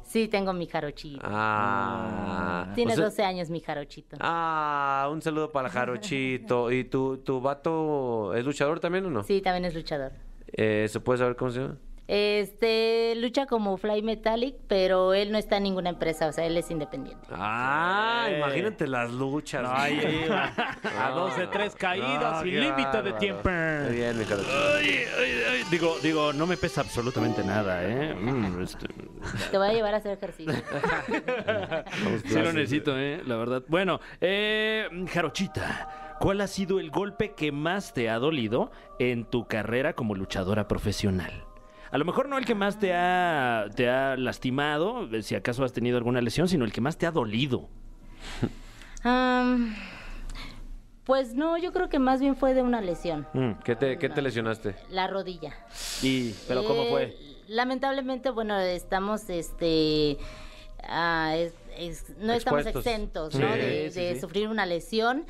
sí tengo mi jarochito.
Ah.
Tiene
O sea-
12 años mi jarochito.
Ah, un saludo
(laughs)
para Jarochito. ¿Y tu, tu vato es luchador también o no?
Sí, también es luchador.
Eh, ¿Se puede saber cómo se llama?
Este lucha como Fly Metallic, pero él no está en ninguna empresa, o sea, él es independiente.
Ah,
Sí.
imagínate las luchas.
Ahí (laughs)
güey.
iba. A
No,
dos de tres caídas
no,
y
Ah, qué
límite de
bárbaro.
tiempo.
Muy bien, mi Jarochita.
Ay, ay, ay, Digo, digo, no me pesa absolutamente nada, ¿eh? Mm, este,
Te voy a llevar a hacer ejercicio.
sí lo necesito, ¿eh? La verdad. Bueno, eh, Jarochita, ¿cuál ha sido el golpe que más te ha dolido en tu carrera como luchadora profesional? A lo mejor no el que más te ha, te ha lastimado, eh, si acaso has tenido alguna lesión, sino el que más te ha dolido.
Am, pues no, yo creo que más bien fue de una lesión,
Mm, ¿Qué te, qué te lesionaste?
la rodilla.
Y, pero ¿cómo
Eh,
fue?
Lamentablemente, bueno, estamos, este, ah, es- es- no estamos
Expuestos.
exentos,
Sí,
¿no? de
sí,
de
sí.
sufrir una lesión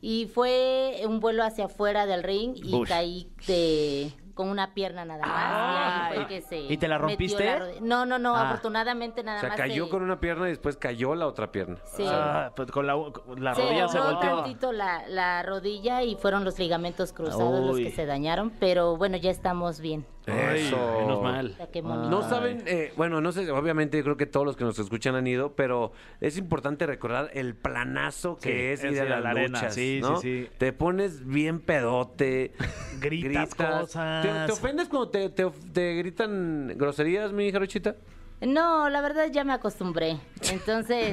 y fue un vuelo hacia afuera del ring y
Ush.
caí de con una pierna nada más. y, ahí fue
Ay.
que se
¿Y te la
metió
rompiste?
rodi- no, no, no,
Ah.
afortunadamente nada
O sea,
más.
cayó
se-
con una pierna y después cayó la otra pierna.
Sí.
Ah, pues con la, con la
Se
rodilla se
dobló
volteó.
tantito la, la rodilla y fueron los ligamentos cruzados los
Uy.
que se dañaron, pero bueno, ya estamos bien.
Eso.
Ay, menos mal.
O sea, qué
No
bonito.
saben, eh, bueno, no sé, obviamente yo creo que todos los que nos escuchan han ido, pero es importante recordar el planazo que
Sí,
es ir a, la
arena, sí,
¿no?
sí, sí.
Te pones bien pedote,
Gritas cosas.
¿Te, te ofendes cuando te, te of- te gritan groserías, mi jarochita?
No, la verdad ya me acostumbré. Entonces,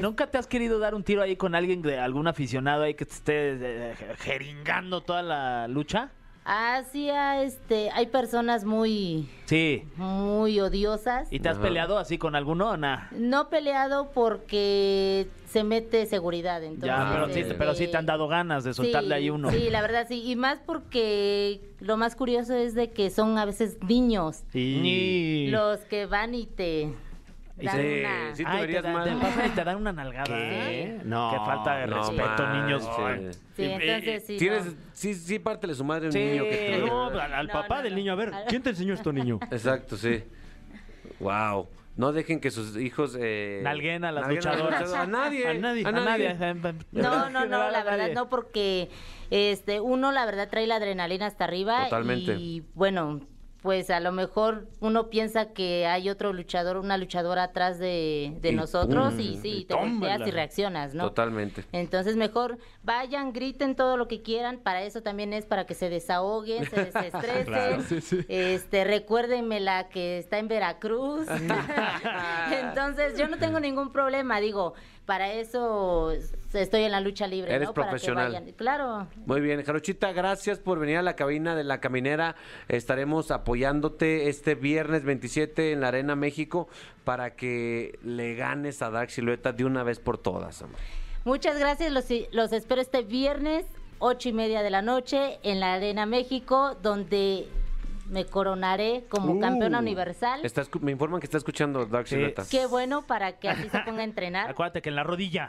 (gasps) ¿Nunca te has querido dar un tiro ahí con alguien, de algún aficionado ahí que te esté eh, jeringando toda la lucha?
hacia Ah, este, hay personas muy,
Sí.
muy odiosas.
¿Y te has peleado así con alguno o nada?
No peleado porque se mete seguridad. Entonces,
Ya, pero sí,
este,
pero sí te han dado ganas de soltarle
sí,
ahí uno.
Sí, la verdad sí. Y más porque lo más curioso es de que son a veces niños
Y...
los que van y te dan
Sí,
una-
sí. te
Ay, te,
verías
da-
mal.
te pasan y te dan una nalgada.
¿Qué?
Ay,
No,
Qué falta de
no
respeto,
manches.
niños.
Sí, entonces sí.
Tienes,
no.
sí, sí, pártele su madre a un
Sí.
niño que tú-
No, al, al
No,
papá
no,
del
no.
niño, a ver, ¿quién te enseñó esto, niño?
Exacto, sí. Wow. No dejen que sus hijos... Eh,
Nalguen a las
nalguen
luchadoras.
A nadie.
A nadie. A nadie.
(laughs)
No, no, no,
a
la verdad
nadie.
no, porque este, uno la verdad trae la adrenalina hasta arriba.
Totalmente.
Y bueno, pues a lo mejor uno piensa que hay otro luchador, una luchadora atrás de, de
Y
nosotros
pum,
y sí,
y
te volteas y reaccionas, ¿no?
Totalmente.
Entonces mejor vayan, griten todo lo que quieran, para eso también es para que se desahoguen,
(laughs)
se desestresen. Este, recuérdenme la que está en
(laughs)
Veracruz.
Ah.
Entonces yo no tengo ningún problema, digo, para eso estoy en la lucha libre,
Eres
¿no? Para que
profesional.
vayan. Claro.
Muy bien, Jarochita, gracias por venir a la cabina de La Caminera. Estaremos apoyándote este viernes 27 en la Arena México para que le ganes a Dark Silueta de una vez por todas. amor.
Muchas gracias, los, los espero este viernes, ocho y media de la noche, en la Arena México, donde me coronaré
Uh.
como campeona universal.
Está escu- me informan que está escuchando Dark
Sí.
Silueta.
Qué bueno para que así se ponga a
(laughs)
entrenar.
Acuérdate que en la rodilla.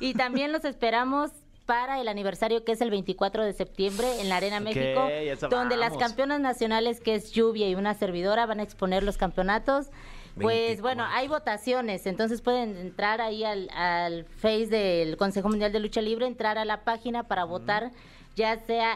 y también los esperamos para el aniversario que es el 24 de septiembre en la Arena
Ok,
México,
eso
donde las
vamos.
campeonas nacionales que es Lluvia y una servidora van a exponer los campeonatos. Pues
24.
bueno, hay votaciones, entonces pueden entrar ahí al, al Face del Consejo Mundial de Lucha Libre, entrar a la página para votar, ya sea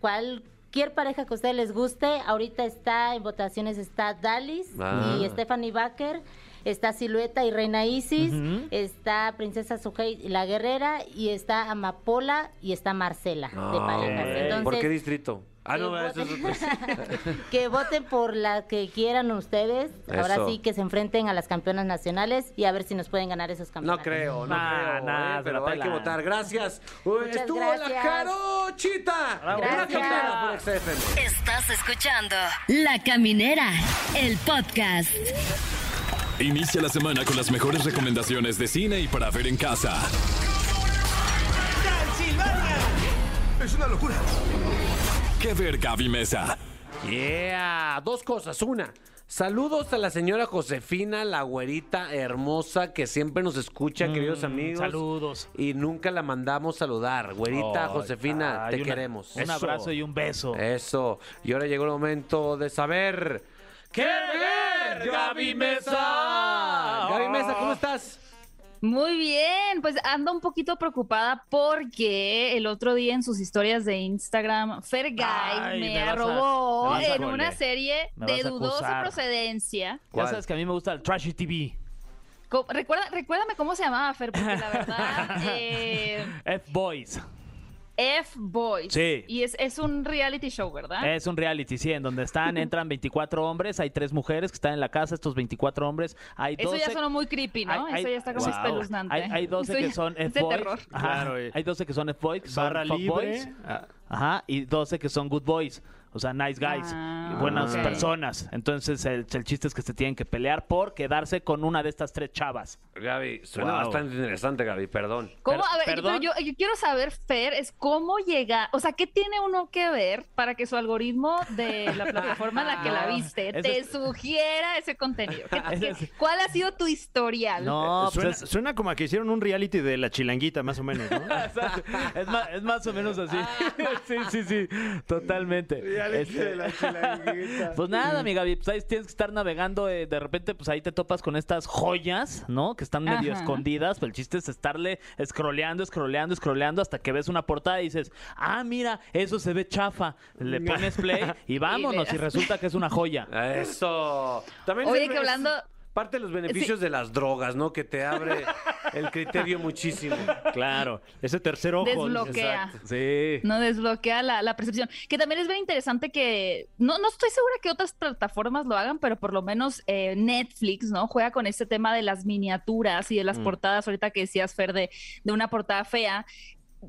cualquier pareja que a ustedes les guste. Ahorita está en votaciones está Dalis
Ah.
y Stephanie Baker, está Silueta y Reina Isis, está Princesa Sujei y la Guerrera, y está Amapola y está Marcela de
Ah,
No,
parejas.
hombre.
Entonces,
¿Por qué distrito? Ah, no,
que
eso es otra-
voten- que voten por la que quieran ustedes. Ahora
Eso.
sí que se enfrenten a las campeonas nacionales y a ver si nos pueden ganar esos campeonatos.
No creo, no
Nah,
creo.
nah,
eh,
se la
pero hay
pela.
que votar. Gracias. Estuvo la
gracias.
Jarochita. La
Gracias.
Caminera por XFM.
Estás escuchando La Caminera, el podcast.
Inicia la semana con las mejores recomendaciones de cine y para ver en casa.
Es una locura.
¿Qué ver, Gaby Mesa?
Yeah, dos cosas. Una, saludos a la señora Josefina, la güerita hermosa que siempre nos escucha, queridos amigos.
Mm, Saludos.
Y nunca la mandamos saludar. Güerita
Ay,
Josefina,
Oh, ay,
te
una-
queremos.
Un
Eso.
abrazo y un beso.
Eso. Y ahora llegó el momento de saber. Ah. ¡Qué ver, Gaby Mesa! Gaby Mesa, ¿cómo estás?
Muy bien, pues ando un poquito preocupada porque el otro día en sus historias de Instagram, Fergay
Ay,
me,
me vas a-
arrobó
me vas a
en una
joder.
serie
Me
de
vas a
dudosa
acusar.
procedencia.
Ya sabes que a mí me gusta el Trashy TV.
Co- Recuerda, recuérdame cómo se llamaba Fer, porque
(laughs)
la verdad, eh,
F-Boys.
F-Boys.
Sí. Eh,
Y es, es un reality show, ¿verdad?
Es un reality, sí, en
(laughs)
donde están, entran 24 hombres, hay tres mujeres que están en la casa, estos 24 hombres, hay 12...
Eso ya sonó muy creepy, ¿no?
hay- hay-
Eso ya está como
wow.
espeluznante.
Hay, hay 12
Eso
que
ya-
son
(laughs) es de
F-Boys.
terror.
Ajá,
Claro, y-
Hay 12 que son F-Boys, que son
Barra libre.
fuckboys.
Ah.
Ajá, y 12 que son good boys. O sea, nice guys,
Ah,
buenas
ok.
personas. Entonces, el, el chiste es que se tienen que pelear por quedarse con una de estas
(laughs)
tres chavas.
Gaby, suena
Wow.
bastante interesante, Gaby, perdón.
¿Cómo?
Per-
a ver,
perdón.
pero yo, yo quiero saber, Fer, es cómo llega, o sea, ¿qué tiene uno que ver para que su algoritmo de
(laughs)
la plataforma en la que la
No,
viste
eso
te
es-
sugiera ese contenido? ¿Qué-
(laughs) Eso
qué-
es- pues
¿Cuál ha sido tu historial?
Eh, suena, suena como a que hicieron un reality de la chilanguita, más o menos, ¿no?
es, más, es más o menos así.
Ah.
(laughs) sí, sí, sí,
(laughs)
totalmente.
(laughs)
Este- Pues nada, mi Gaby, pues ahí tienes que estar navegando, eh, de repente pues ahí te topas con estas joyas, ¿no? Que están medio
Ajá.
escondidas, pero el chiste es estarle scrolleando, scrolleando, scrolleando hasta que ves una portada y dices, ah, mira, eso se ve chafa. Le pones play
(laughs)
y vámonos y
verás.
resulta que es una joya.
Eso. También
Oye,
es-
que hablando...
Parte de los beneficios de las drogas, ¿no? Que te abre
(laughs)
el criterio muchísimo.
Claro, ese tercer ojo.
Desbloquea.
Sí.
No desbloquea la, la percepción. Que también es bien interesante que. No, no estoy segura que otras plataformas lo hagan, pero por lo menos eh, Netflix, ¿no? Juega con este tema de las miniaturas y de las
Mm.
portadas. Ahorita que decías, Fer, de, de una portada fea.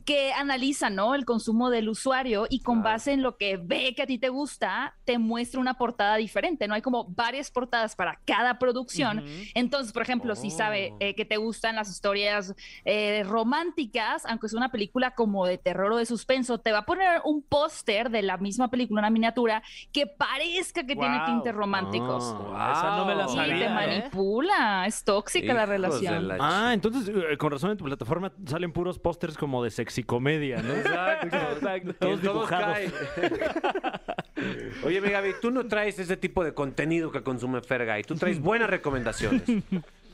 Que analiza, ¿no? El consumo del usuario y con base en lo que ve que a ti te gusta, te muestra una portada diferente, ¿no? Hay como varias portadas para cada producción. Entonces, por ejemplo, si sabe
Oh.
eh, que te gustan las historias eh, románticas, aunque es una película como de terror o de suspenso, te va a poner un póster de la misma película, una miniatura, que parezca que tiene
Guau.
tintes románticos.
Ah, esa no me la
Y te
sabía, ¿eh?
manipula, es tóxica la relación.
ah, entonces, eh, con razón en tu plataforma salen puros pósters como de sexicomedia, ¿no?
(laughs)
Exacto.
Todos dibujados.
Oye, mi Gaby, tú no traes ese tipo de contenido que consume Fergay. Tú traes buenas recomendaciones.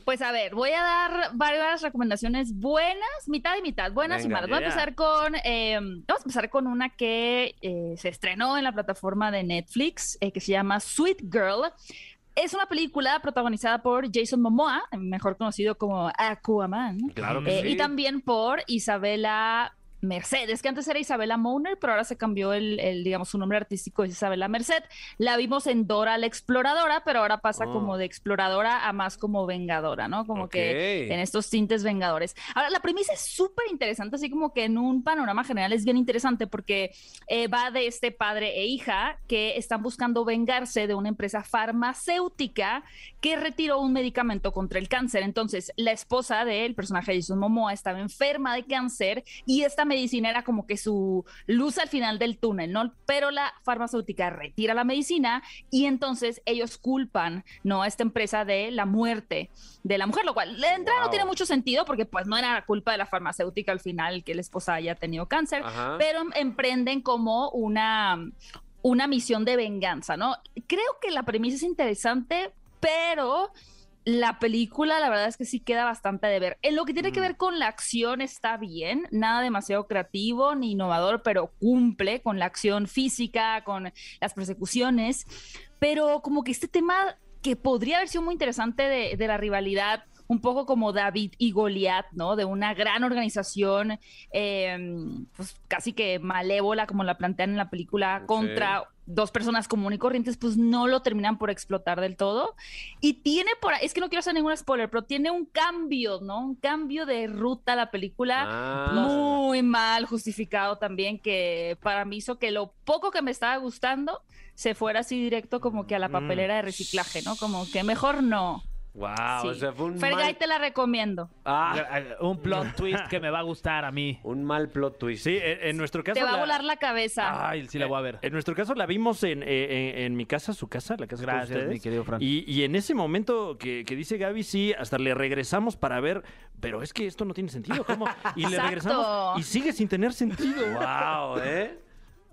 Pues a ver, voy a dar varias recomendaciones buenas, mitad y mitad, buenas y
Venga,
malas. Voy a
ya.
empezar con, eh, vamos a empezar con una que eh, se estrenó en la plataforma de Netflix, eh, que se llama Sweet Girl. Es una película protagonizada por Jason Momoa, mejor conocido como Aquaman.
Claro que
Eh,
sí.
Y también por Isabela Mercedes, que antes era Isabela Mouner, pero ahora se cambió el, el, digamos, su nombre artístico es Isabela Merced. La vimos en Dora la Exploradora, pero ahora pasa
Oh.
como de exploradora a más como vengadora, ¿no? Como
Ok.
que en estos tintes vengadores. Ahora, la premisa es súper interesante, así como que en un panorama general es bien interesante porque eh, va de este padre e hija que están buscando vengarse de una empresa farmacéutica que retiró un medicamento contra el cáncer. Entonces, la esposa del personaje de Jason Momoa estaba enferma de cáncer y esta medicina era como que su luz al final del túnel, ¿no? Pero la farmacéutica retira la medicina y entonces ellos culpan, ¿no? A esta empresa de la muerte de la mujer, lo cual de entrada no
Wow.
tiene mucho sentido porque pues no era culpa de la farmacéutica al final que la esposa haya tenido cáncer,
Ajá.
pero em- emprenden como una una misión de venganza, ¿no? Creo que la premisa es interesante, pero la película la verdad es que sí queda bastante de ver. En lo que tiene que ver con la acción está bien, nada demasiado creativo ni innovador, pero cumple con la acción física, con las persecuciones, pero como que este tema que podría haber sido muy interesante de, de la rivalidad, un poco como David y Goliat, ¿no? De una gran organización, eh, pues casi que malévola, como la plantean en la película, contra dos personas comunes y corrientes, pues no lo terminan por explotar del todo. Y tiene por ahí, es que no quiero hacer ningún spoiler, pero tiene un cambio, ¿no? Un cambio de ruta la película
Ah.
muy mal justificado también, que para mí hizo que lo poco que me estaba gustando se fuera así directo como que a la papelera de reciclaje, ¿no? Como que mejor no.
Wow,
Sí.
o sea, fue un
Fergay
mal... Ah.
te la recomiendo.
eh, Un
(laughs)
plot twist que me va a gustar a mí.
Un mal plot twist.
Sí, en, en nuestro caso...
Te va a
la-
volar la cabeza.
Ay, sí la voy a ver.
Eh, En nuestro caso la vimos en, eh, en- en mi casa, su casa, la casa de todos
Gracias,
ustedes.
mi querido Fran.
Y, y en ese momento que, que dice Gaby, sí, hasta le regresamos para ver, pero es que esto no tiene sentido. ¿Cómo? Y le
(laughs) Exacto.
regresamos y sigue sin tener sentido.
Wow, ¿eh?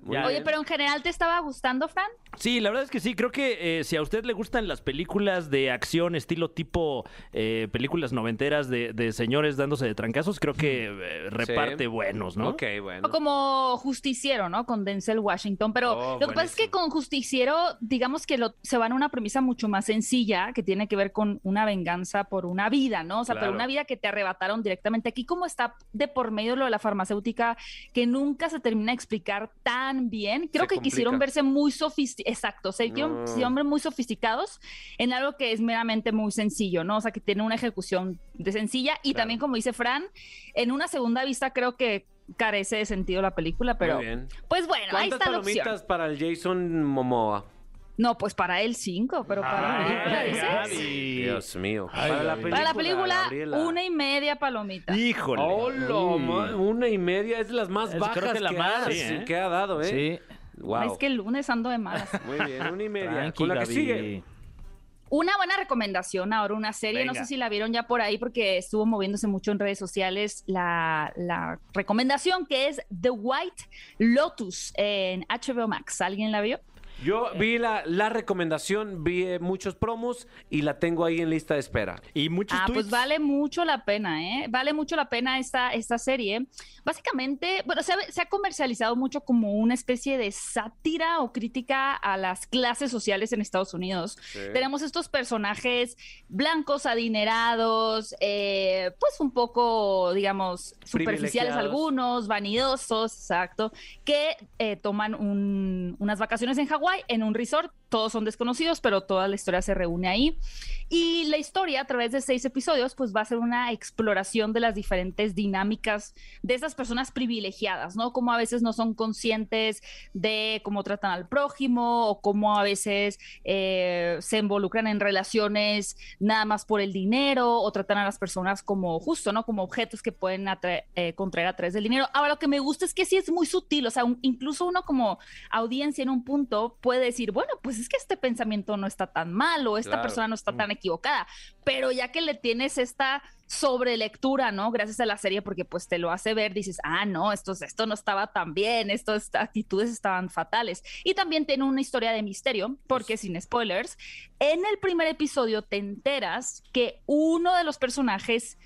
Muy
Ah,
Oye, bien. pero en general, ¿te estaba gustando, Fran?
Sí, la verdad es que sí. Creo que eh, si a usted le gustan las películas de acción, estilo tipo eh, películas noventeras de, de, señores dándose de trancazos, creo que eh, reparte sí. buenos, ¿no?
Ok, bueno.
O como Justiciero, ¿no? Con Denzel Washington. Pero oh, lo buenísimo. que pasa es que con Justiciero, digamos que lo, se van a una premisa mucho más sencilla que tiene que ver con una venganza por una vida, ¿no? O sea, claro. pero una vida que te arrebataron directamente. Aquí, como está de por medio lo de la farmacéutica, que nunca se termina de explicar tan bien, creo se que complica. quisieron verse muy sofisticados. Exacto, o sea, no. hombres muy sofisticados en algo que es meramente muy sencillo, ¿no? O sea, que tiene una ejecución de sencilla y claro. también, como dice Fran, en una segunda vista creo que carece de sentido la película, pero pues bueno, ahí está la opción.
para el Jason Momoa?
No, pues para él cinco, pero para ay, Ah, la película dices.
Dios mío.
Ay, para, la película, para, la película, Gabriela. una y media palomita.
Híjole. Oh, mm. una y media es de las más es, bajas creo que, la que, más, ha, sí, ¿eh? que ha dado, ¿eh?
Sí. Wow. Es que el lunes ando de malas.
Muy bien, una y media. Tranqui, con la Gaby. que sigue.
Una buena recomendación ahora, una serie, Venga. no sé si la vieron ya por ahí porque estuvo moviéndose mucho en redes sociales, la, la recomendación que es The White Lotus en HBO Max. ¿Alguien la vio?
Yo vi la, la, recomendación, vi eh, muchos promos y la tengo ahí en lista de espera.
Y muchos
Ah,
tweets?
pues vale mucho la pena, ¿eh? Vale mucho la pena esta, esta serie. Básicamente, bueno, se ha, se ha comercializado mucho como una especie de sátira o crítica a las clases sociales en Estados Unidos. Sí. Tenemos estos personajes blancos, adinerados, eh, pues un poco, digamos, superficiales algunos, vanidosos, exacto, que eh, toman un, unas vacaciones en Hawái en un resort. Todos son desconocidos, pero toda la historia se reúne ahí. Y la historia, a través de seis episodios, pues va a ser una exploración de las diferentes dinámicas de esas personas privilegiadas, ¿no? Como a veces no son conscientes de cómo tratan al prójimo o cómo a veces eh, se involucran en relaciones nada más por el dinero o tratan a las personas como justo, ¿no? Como objetos que pueden eh, contraer a través del dinero. Ahora, lo que me gusta es que sí es muy sutil, o sea, un, incluso uno como audiencia en un punto puede decir, bueno, pues es que este pensamiento no está tan mal o esta claro. persona no está tan equivocada, pero ya que le tienes esta sobrelectura, ¿no? Gracias a la serie porque pues te lo hace ver, dices, ah, no, esto, esto no estaba tan bien, estas actitudes estaban fatales. Y también tiene una historia de misterio, porque sin spoilers, en el primer episodio te enteras que uno de los personajes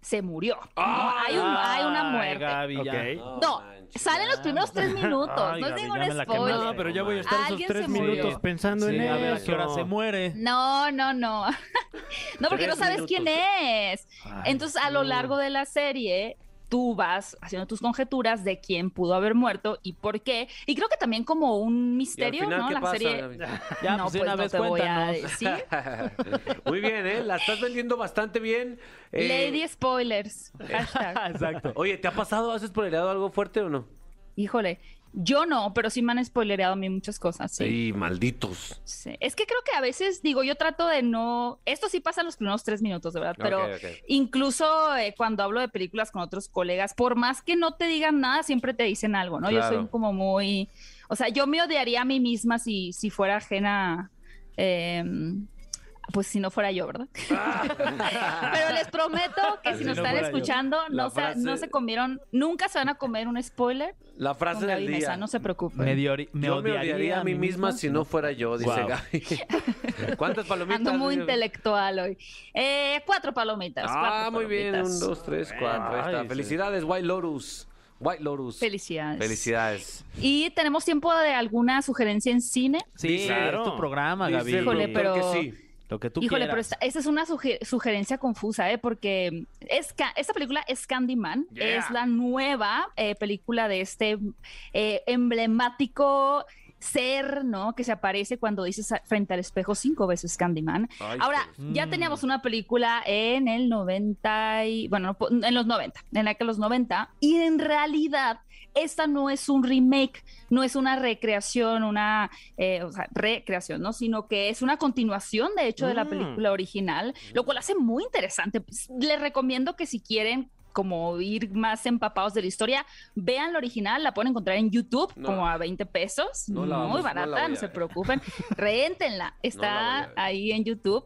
se murió. Oh, no, hay, un, hay, una muerte. Gaby, okay. oh, no, salen los primeros tres minutos. (laughs) Ay, no es Gaby, ningún spoiler.
No, pero ya voy a estar esos tres minutos pensando sí, en a ver, eso.
A qué hora se muere.
No, no, no. (laughs) no, porque no sabes minutos. quién es. Ay, Entonces, a lo largo de la serie, tú vas haciendo tus conjeturas de quién pudo haber muerto y por qué. Y creo que también como un misterio, final, ¿no?
¿qué
la
pasa,
serie. (laughs)
David?
Ya, no, pues, pues una no vez te voy a (laughs) decir.
(laughs) Muy bien, ¿eh? La estás vendiendo bastante bien.
Eh...
(laughs)
Lady Spoilers. (laughs) Hashtag.
Exacto. Oye, ¿te ha pasado? ¿Has spoilerado algo fuerte o no?
Híjole. Yo no, pero sí me han spoilereado a mí muchas cosas. Sí,
sí malditos.
Sí. Es que creo que a veces, digo, yo trato de no. Esto sí pasa en los primeros tres minutos, de verdad, pero okay, okay. incluso eh, cuando hablo de películas con otros colegas, por más que no te digan nada, siempre te dicen algo, ¿no? Claro. Yo soy como muy. O sea, yo me odiaría a mí misma si, si fuera ajena. Eh, pues si no fuera yo, ¿verdad? (laughs) Ah. Pero les prometo que si, si nos no están escuchando, no, frase... se, no se comieron, nunca se van a comer un spoiler.
La frase con Gaby del día.
Mesa, no se preocupen.
Me, ori... me, yo odiaría me, odiaría, a mí misma, misma si no fuera yo, dice wow.
(laughs)
Gaby. ¿Cuántas palomitas?
Ando muy intelectual hoy. Eh, cuatro palomitas.
Ah,
cuatro
muy
palomitas.
bien. Un, dos, tres, cuatro. Ay, está. Felicidades, White Lorus. White Lotus.
Felicidades.
Felicidades.
¿Y tenemos tiempo de alguna sugerencia en cine?
Sí, sí claro. es tu programa, Gaby.
Híjole, pero...
Que sí.
Lo que tú
Híjole,
quieras.
pero esta, esta, es una sugerencia confusa, ¿eh? Porque es esta película es Candyman, yeah. es la nueva eh, película de este eh, emblemático ser, ¿no? Que se aparece cuando dices frente al espejo cinco veces Candyman. Ay, Ahora,
mm.
pues. ya teníamos una película en el 90 y, bueno, en los 90, en la que los 90, y en realidad esta no es un remake, no es una recreación, una eh, o sea, recreación, ¿no? Sino que es una continuación,
Mm.
de hecho, de la película original, lo cual hace muy interesante. Les Pues, recomiendo que si quieren como ir más empapados de la historia, vean la original, la pueden encontrar en YouTube
No.
como a 20 pesos,
No la
muy
vamos- no la voy
barata,
a
no, se
ver.
preocupen,
(laughs)
rentenla,
la
está
voy a ver.
ahí en YouTube.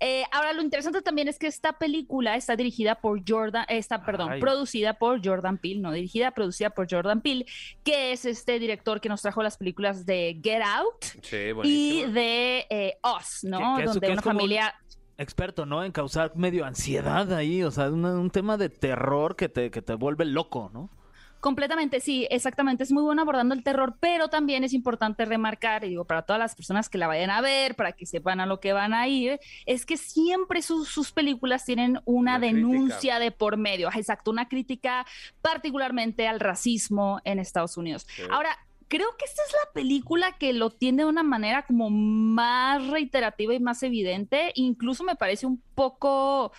Eh, ahora lo interesante también es que esta película está dirigida por Jordan, eh, está, perdón,
Ay.
producida por Jordan Peele, no dirigida, producida por Jordan Peele, que es este director que nos trajo las películas de Get Out
Sí,
y de eh, Us, ¿no?
Que- que eso-
Donde
que es
una
como un-
familia
Experto, ¿no? En causar medio ansiedad ahí, o sea, un, un tema de terror que te, que te vuelve loco, ¿no?
Completamente, sí, exactamente. Es muy bueno abordando el terror, pero también es importante remarcar, y digo, para todas las personas que la vayan a ver, para que sepan a lo que van a ir, es que siempre sus, sus películas tienen una, denuncia de por medio, Ajá, exacto, una crítica particularmente al racismo en Estados Unidos.
Sí.
Ahora, creo que esta es la película que lo tiene de una manera como más reiterativa y más evidente. Incluso me parece un poco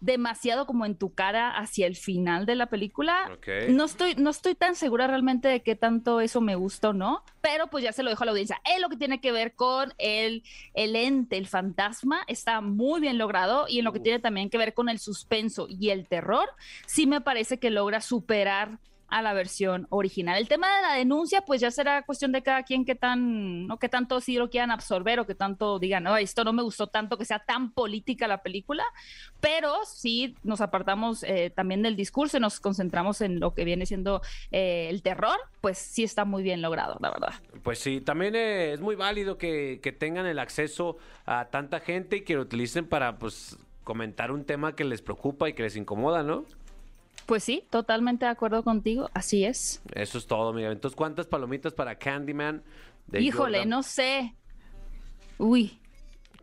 demasiado como en tu cara hacia el final de la película.
Ok.
No estoy, no estoy tan segura realmente de qué tanto eso me gusta o no, pero pues ya se lo dejo a la audiencia. Es lo que tiene que ver con el, el ente, el fantasma, está muy bien logrado y en lo que tiene también que ver con el suspenso y el terror, sí me parece que logra superar a la versión original. El tema de la denuncia, pues ya será cuestión de cada quien que tan, no que tanto sí lo quieran absorber o que tanto digan, no, esto no me gustó tanto que sea tan política la película, pero sí nos apartamos eh, también del discurso y nos concentramos en lo que viene siendo eh, el terror, pues sí está muy bien logrado, la verdad.
Pues sí, también eh, es muy válido que, que tengan el acceso a tanta gente y que lo utilicen para pues comentar un tema que les preocupa y que les incomoda, ¿no?
Pues sí, totalmente de acuerdo contigo, así es.
Eso es todo, mira. Entonces, ¿cuántas palomitas para Candyman? de
Híjole,
Jordan?
no sé. Uy.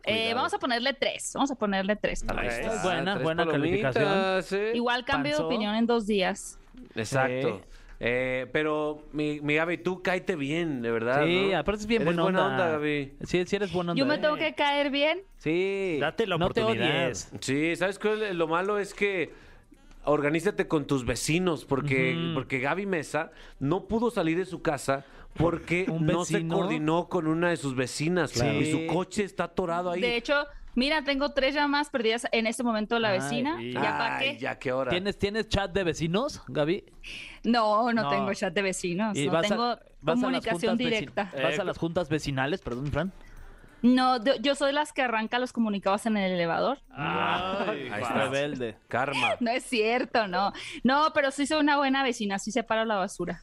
Eh,
Cuidado.
vamos a ponerle tres. Vamos a ponerle tres. tal
Ahí
vez.
está,
Buena,
tres
buena
palomitas,
calificación.
¿eh?
Igual cambio
Panzón.
de opinión en dos días.
Exacto.
Sí.
Eh, pero, mi, mi Gaby, tú cáete bien, de verdad.
Sí,
¿no?
aparte es bien
Eres
buena, onda.
Gaby.
Sí, sí eres buena onda.
Yo me
¿eh?
tengo que caer bien.
Sí. Date la No te odies.
Sí, ¿sabes cuál? es Lo malo es que organízate con tus vecinos, porque, porque Gaby Mesa no pudo salir de su casa
(laughs)
porque no se
vecino?
coordinó con una de sus vecinas
Claro.
y su coche está atorado ahí.
De hecho, mira, tengo tres llamadas perdidas en este momento de la vecina. ¿Ya para
Ay,
qué?
ya qué hora.
¿Tienes, ¿Tienes chat de vecinos, Gaby?
No, no,
No.
tengo chat de vecinos.
Y
No
vas a-
tengo
vas a las
comunicación
juntas vecin-
directa.
¿Vas
Eh,
a las juntas vecinales, perdón, Fran?
No, de- yo soy las que arranca los comunicados en el elevador.
Ah.
Ahí está.
Rebelde.
Karma.
(laughs) No es cierto, no. No, pero sí soy una buena vecina, sí separo la basura.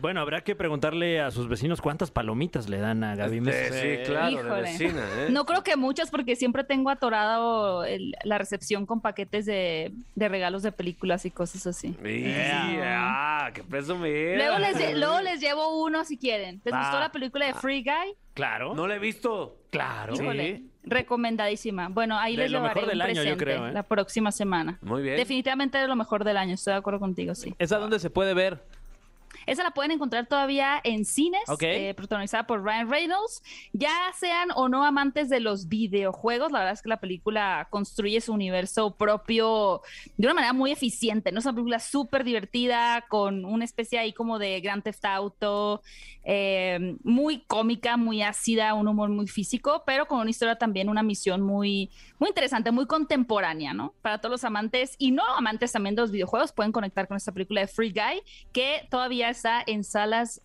Bueno, habrá que preguntarle a sus vecinos cuántas palomitas le dan a Gaby Mesa.
Este, sí, claro, de
Híjole.
vecina, ¿eh?
No creo que muchas, porque siempre tengo atorado el- la recepción con paquetes de, de regalos de películas y cosas así.
Y- ah, qué presumida.
Luego les, lle- luego les llevo uno si quieren. ¿Les
Ah.
gustó la película de Free Guy?
Claro.
No la he visto.
Claro.
Híjole, recomendadísima. Bueno, ahí
De
les
lo
llevaré
mejor del
un
año, yo
presente
creo, ¿eh?
la próxima semana.
Muy bien.
Definitivamente de lo mejor del año, estoy de acuerdo contigo, sí.
¿Esa dónde se puede ver?
Esa la pueden encontrar todavía en cines,
Ok.
eh, protagonizada por Ryan Reynolds. Ya sean o no amantes de los videojuegos, la verdad es que la película construye su universo propio de una manera muy eficiente, ¿no? Es una película súper divertida, con una especie ahí como de Grand Theft Auto, eh, muy cómica, muy ácida, un humor muy físico, pero con una historia también, una misión muy, muy interesante, muy contemporánea, ¿no? Para todos los amantes y no amantes también de los videojuegos, pueden conectar con esta película de Free Guy, que todavía está en salas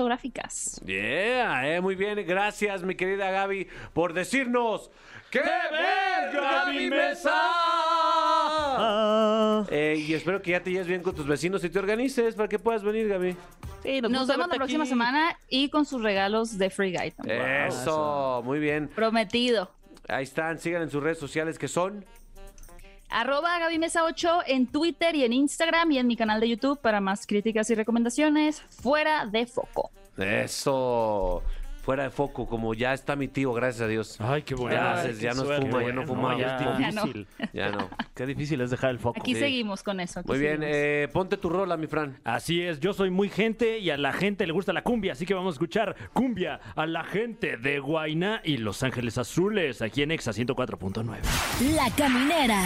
cinematográficas.
Yeah, eh, muy bien. Gracias, mi querida Gaby, por decirnos ¡Qué ver, Gaby
Ah.
Mesa! Eh, y espero que ya te lleves bien con tus vecinos y te organices para que puedas venir, Gaby.
Sí,
nos vemos la próxima semana y con sus regalos de Free Guy también.
Eso, muy bien.
Prometido.
Ahí están, sigan en sus redes sociales que son.
Arroba Gaby Mesa 8 en Twitter y en Instagram y en mi canal de YouTube para más críticas y recomendaciones fuera de foco.
Eso. Fuera de foco, como ya está mi tío, gracias a Dios.
Ay, qué bueno. Ay,
Gracias,
qué
ya no
suerte.
fuma, ya
Bueno,
no fuma.
ya es
Ya no. difícil.
Ya no.
Qué difícil es dejar el foco.
Aquí
Sí.
seguimos con eso. aquí
Muy bien,
seguimos.
eh, ponte tu rola, mi Fran.
Así es, yo soy muy gente y a la gente le gusta la cumbia, así que vamos a escuchar cumbia a la gente de Guainá y Los Ángeles Azules aquí en Exa 104.9.
La Caminera,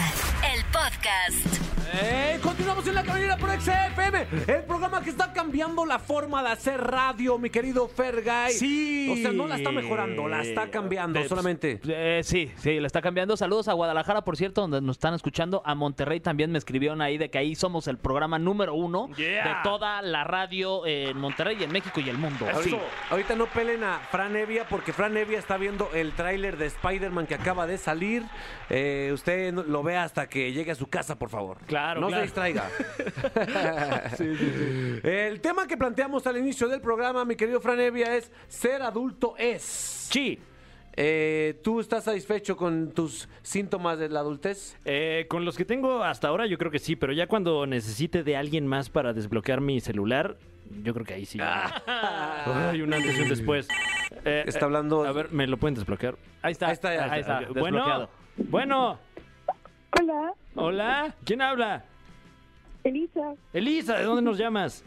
el podcast.
Eh,
¡Ey! Continuamos en la caminera por XFM, el programa que está cambiando la forma de hacer radio, mi querido Fergay.
Sí.
O sea, no la está mejorando, la está cambiando
Eh,
solamente.
Eh, sí, sí, le está cambiando. Saludos a Guadalajara, por cierto, donde nos están escuchando. A Monterrey también me escribieron ahí de que ahí somos el programa número uno
Yeah.
de toda la radio en Monterrey, en México y el mundo.
Ahorita-
Sí.
Ahorita no pelen a Fran Evia porque Fran Evia está viendo el tráiler de Spider-Man que acaba de salir. Eh, usted no- lo vea hasta
(laughs)
que llegue a su casa, por favor.
Claro,
No
claro.
se
(laughs)
distraiga. El tema que planteamos al inicio del programa, mi querido Fran Evia, es ser adulto es.
Sí.
Eh, ¿Tú estás satisfecho con tus síntomas de la adultez?
Eh, con los que tengo hasta ahora yo creo que sí, pero ya cuando necesite de alguien más para desbloquear mi celular, yo creo que ahí sí. Hay un antes y un después. Eh,
Ah. Está hablando-
A ver, ¿me lo pueden desbloquear?
Ahí está,
Ahí está, ya.
ahí está,
Ok,
desbloqueado.
Bueno, bueno.
Hola,
Hola, ¿quién habla?
Elisa.
Elisa, ¿de dónde nos llamas?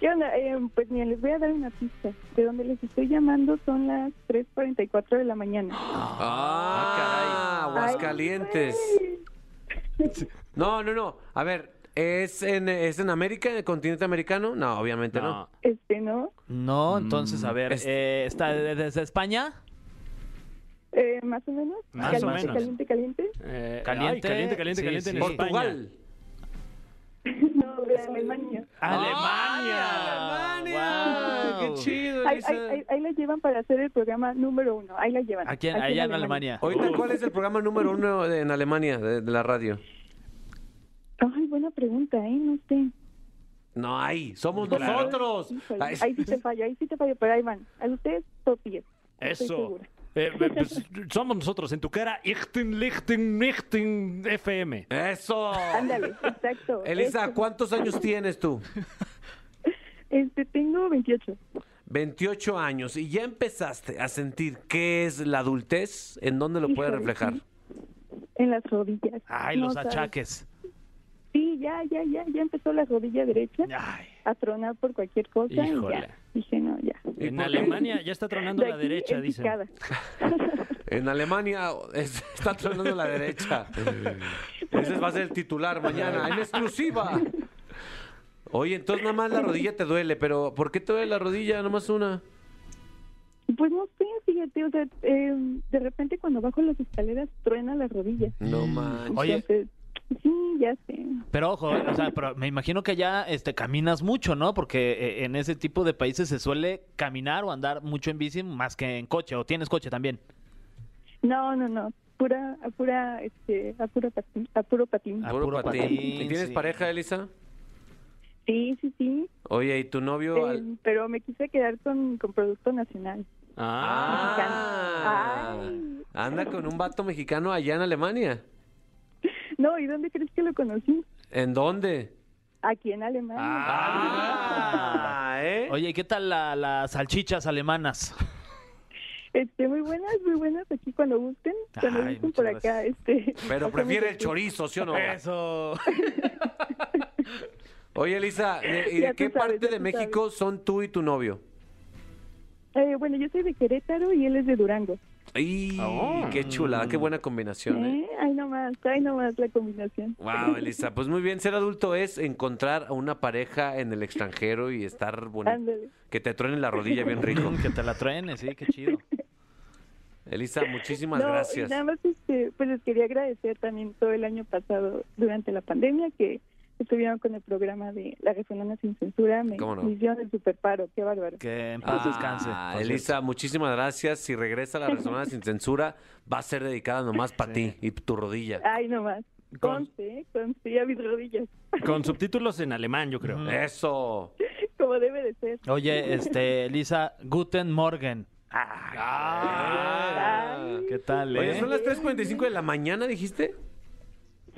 ¿Qué onda? Eh, pues mira, les voy a dar una pista. De donde les estoy llamando son las 3.44 de la mañana.
Ah, Aguascalientes. No, no, no. A ver, ¿es en, ¿es en América, en el continente americano? No, obviamente no.
Este, ¿no?
No, entonces,
Mm.
a ver,
Es-
eh, ¿está de- desde España?
Eh, más o menos.
Más o
caliente,
menos.
caliente, caliente.
Eh, ay,
Caliente.
caliente, caliente,
Sí,
caliente en
sí.
Portugal.
No, de Alemania.
Ah,
Ah,
¡Alemania!
Alemania.
¡Guau!
¡Qué chido!
Ahí,
Elisa.
ahí, ahí- ahí la llevan para hacer el programa número uno. Ahí la llevan.
Aquí en-
Aquí
allá en Alemania.
Ahorita, ¿cuál es el programa número uno de- en Alemania de, de la radio?
Ay, buena pregunta, ¿eh? No sé.
No hay, somos
Claro.
nosotros.
Híjole,
Ay,
Ahí sí te fallo, ahí sí te fallo, pero ahí van. A ustedes, top 10. Estoy
Eso.
segura.
Eh, eh, pues, (laughs) somos nosotros, en tu cara, Ichten, Lichten, Nichten, FM.
Eso.
Ándale, exacto.
Elisa,
Eso.
¿cuántos años tienes tú?
Este, tengo 28.
28 años y ya empezaste a sentir qué es la adultez, ¿en dónde lo puede
Híjole,
reflejar?
sí. En las rodillas.
Ay,
No
los
sabes.
achaques.
Sí, ya, ya, ya, ya empezó la rodilla derecha
Ay.
a tronar por cualquier cosa
Híjole.
y ya. Dije, no, ya.
¿Y
En
por qué?
Alemania ya está tronando
De
la
aquí
derecha,
en
dicen.
picada.
En Alemania es- está tronando la derecha. Pues Ese va a ser el titular mañana, en exclusiva. Oye, entonces nada más la rodilla te duele, pero ¿por qué te duele la rodilla? Nada más una.
Pues no sé, fíjate, o sea, eh, de repente cuando bajo las escaleras truena la rodilla.
No manches.
Oye.
Entonces, sí, ya sé.
Pero ojo, eh, o sea, pero me imagino que allá este, caminas mucho, ¿no? Porque eh, en ese tipo de países se suele caminar o andar mucho en bici más que en coche, o tienes coche también.
No, no, no. Pura, a pura, este, a puro patín, a puro patín.
Ah.
Puro
puro
patín.
patín,
¿Y tienes
sí.
pareja, Elisa?
Sí, sí, sí.
Oye, ¿y tu novio? al-
Eh, pero me quise quedar con, con Producto Nacional.
Ah,
Ay.
anda con un vato mexicano allá en Alemania.
No, ¿y dónde crees que lo conocí?
¿En dónde?
Aquí en Alemania.
Ah, ¿eh?
Oye, ¿y qué tal la- las salchichas alemanas?
Este, muy buenas, muy buenas aquí cuando gusten, cuando
Ay,
gusten
muchas
por acá, este. (laughs)
Pero
(laughs)
hacemos
prefiere el
aquí.
chorizo, ¿sí o no?
Eso.
(laughs) Oye, Elisa, ¿de- ¿y
Ya
de
tú
qué
sabes,
parte
ya
de
tú
México son tú y tu novio?
Eh, bueno, yo soy de Querétaro y él es de Durango.
¡Y
Oh.
qué chulada, qué buena combinación! ¿eh?
¿Eh? Ay, nomás, ay, nomás la combinación.
Wow, Elisa, pues muy bien, ser adulto es encontrar a una pareja en el extranjero y estar bonito.
Ándale.
Que te truene la rodilla bien rico.
(laughs) que te la truene, sí, qué chido.
Elisa, muchísimas
no, y
gracias.
Nada más, este, pues les quería agradecer también todo el año pasado durante la pandemia que estuvieron con el programa de La Refundona Sin Censura. Me,
¿Cómo no?
me hicieron el superparo, qué bárbaro.
Que en paz descanse.
Ah,
por
Elisa, muchísimas gracias. Si regresa la
(laughs)
Resonancia sin censura, va a ser dedicada nomás para ti y tu rodilla.
Ay, nomás.
Con-
Conste, eh, conste a mis rodillas, (laughs)
Con subtítulos en alemán, yo creo.
Eso.
como debe de ser.
cierto. Oye, este, Elisa, Guten Morgen.
Ah.
¿Qué tal,
Oye,
eh?
¿son las 3.45 de la mañana, dijiste?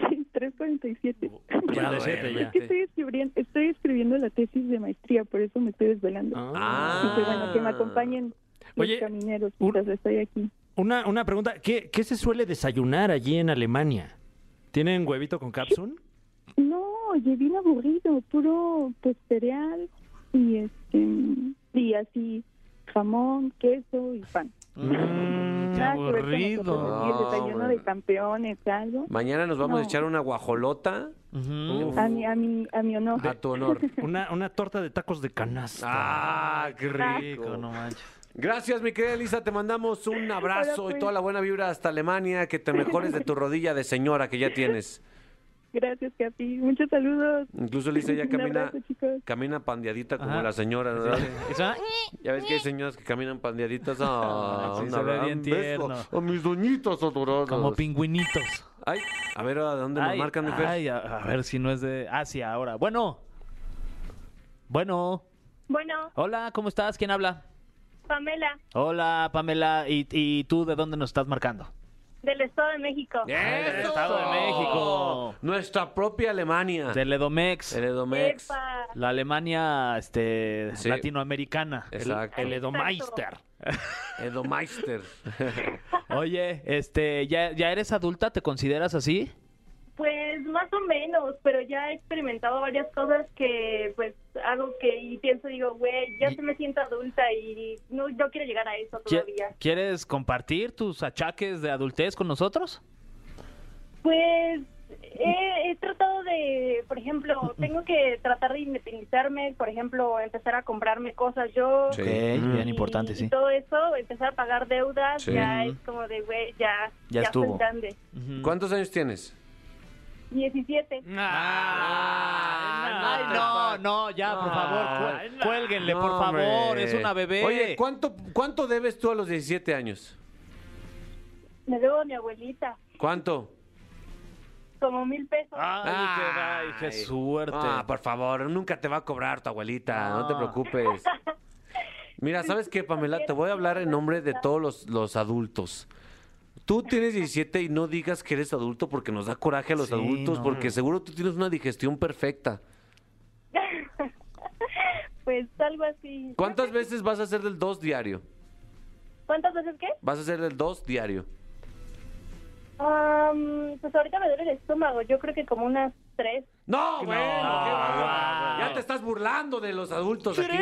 Sí, 347.
Ya, de siete,
duérmete.
ya.
Que Estoy escribiendo, estoy escribiendo la tesis de maestría, por eso me estoy desvelando.
Ah.
Dije, bueno, que me acompañen los
Oye,
camineros
un-
mientras estoy aquí.
Una, una pregunta, ¿Qué, qué se suele desayunar allí en Alemania? ¿Tienen huevito con capsun?
No, llegué bien aburrido, puro pues cereal y este y así jamón, queso y pan.
Mm,
qué
Nada que ver con
aburrido.
nosotros, ni el
No,
desayuno
bueno.
de campeones, algo.
Mañana nos vamos a
No. Ah,
echar una guajolota. Uf.
A mi, a mi, a mi honor.
A tu honor.
Una, una torta de tacos de canasta.
Ah, qué rico.
No manches.
Gracias, mi querida Elisa. Te mandamos un abrazo
pues.
y toda la buena vibra hasta Alemania. Que te mejores de
(laughs)
tu rodilla de señora que ya tienes.
Gracias, Capi. Muchos saludos.
Incluso Elisa ya
Un
camina,
abrazo, chicos.
camina pandeadita como
Ajá.
la señora. ¿verdad?
Y suena-
Ya ves que hay señoras que caminan pandeaditas. Ah,
eh. Sí,
un
se ve
abra-
bien
un beso
tierno.
A mis doñitas adoradas.
Como pingüinitos.
Ay, a ver, ¿a dónde nos
Ay,
marcan, mi Fer?
ay, a, a ver si no es de Asia ahora. Bueno. Bueno.
Bueno,
Hola, ¿cómo estás? ¿Quién habla?
Pamela,
Hola, Pamela. ¿Y, y tú de dónde nos estás marcando?
del Estado de México.
del Estado de México.
Oh, Nuestra propia Alemania.
Del Edomex.
El Edomex.
Epa.
La Alemania este,
Sí.
latinoamericana.
Exacto.
El Edomeister.
Edomeister.
(laughs) Oye, este, ¿ya, ¿ya eres adulta? ¿Te consideras así?
Pues más o menos, pero ya he experimentado varias cosas que pues hago que y pienso, digo, güey, ya se me siento adulta y no, no quiero llegar a eso
¿Qui-
todavía.
¿Quieres compartir tus achaques de adultez con nosotros?
Pues he, he tratado de, por ejemplo, tengo que tratar de independizarme, por ejemplo, empezar a comprarme cosas yo.
Ok, bien importante,
y
sí.
todo eso, empezar a pagar deudas,
Sí.
ya es como de, güey, ya,
Ya
ya soy
estuvo.
grande.
¿Cuántos años tienes?
17.
Ah, Ay, no, no, ya, por favor, cuel- cuélguenle,
Ah. No,
por favor,
hombre.
es una bebé.
Oye, ¿cuánto, ¿cuánto debes tú a los 17 años?
Me debo a mi abuelita,
¿Cuánto?
como mil pesos.
Ah. Ay, qué, ay, qué suerte.
Ah, por favor, nunca te va a cobrar tu abuelita, no, te
Ah.
preocupes. Mira, ¿sabes qué, Pamela? Te voy a hablar en nombre de todos los, los adultos. Tú tienes 17 y no digas que eres adulto porque nos da coraje a los
Sí,
adultos,
no.
porque seguro tú tienes una digestión perfecta.
(laughs) Pues algo así.
¿Cuántas veces vas a hacer del 2 diario?
¿Cuántas veces qué?
¿Vas a hacer del 2 diario?
Am, pues ahorita me duele el estómago, yo creo que como unas tres.
No, bueno, qué bárbaro.
wow.
ya te estás burlando de los adultos aquí.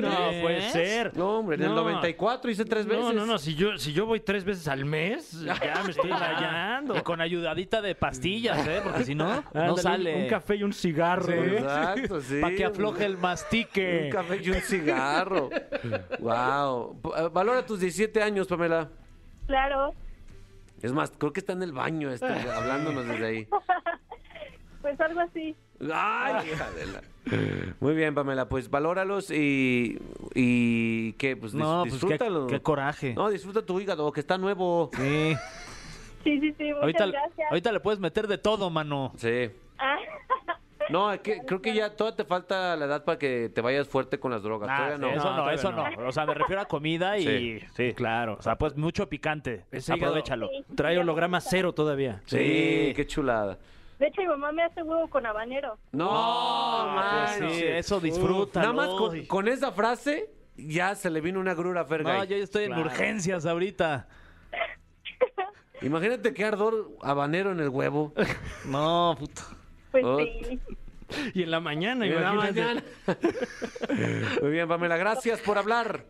No puede ser.
No, hombre, en el
No.
94 hice tres veces.
No, no, no. Si yo, si yo voy tres veces al mes, ya me estoy rayando.
Y con ayudadita de pastillas, ¿eh? Porque si (laughs) no,
(laughs) Ándale,
no
un-
sale.
Un café y un cigarro. ¿no?
Exacto, sí.
Para que afloje el mastique.
Un café y un
(laughs)
cigarro. wow. Valora tus 17 años, Pamela.
Claro,
Es más, creo que está en el baño este, hablándonos desde ahí.
pues algo así.
(laughs) Ay, hija de la- Muy bien, Pamela, pues valóralos y, y que pues dis-
No, pues qué,
disfrútalo.
qué coraje.
no, disfruta tu hígado, que está nuevo.
Sí.
Sí, sí, sí, muchas
Ahorita,
gracias.
ahorita le puedes meter de todo, mano.
Sí.
Ah, (laughs)
No, es que, creo que ya toda te falta la edad para que te vayas fuerte con las drogas.
Ah,
Todavía
sí,
no.
Eso no,
todavía
eso no. O sea, me refiero a comida y.
Sí, sí, claro.
O sea, pues mucho picante.
Ese hígado
Aprovechalo.
Trae holograma cero todavía.
Sí, qué chulada.
de hecho, mi mamá me hace huevo con habanero.
No,
Pues
manches.
sí, eso disfruta.
Nada más con, con esa frase ya se le vino una grura a Fergay.
No, yo ya estoy en urgencias ahorita.
Imagínate qué ardor habanero en el huevo.
(laughs) No, puta.
Pues
Oh.
sí.
(laughs) Y en la mañana,
En la
imagínate.
mañana. (laughs) Muy bien, Pamela, gracias por hablar.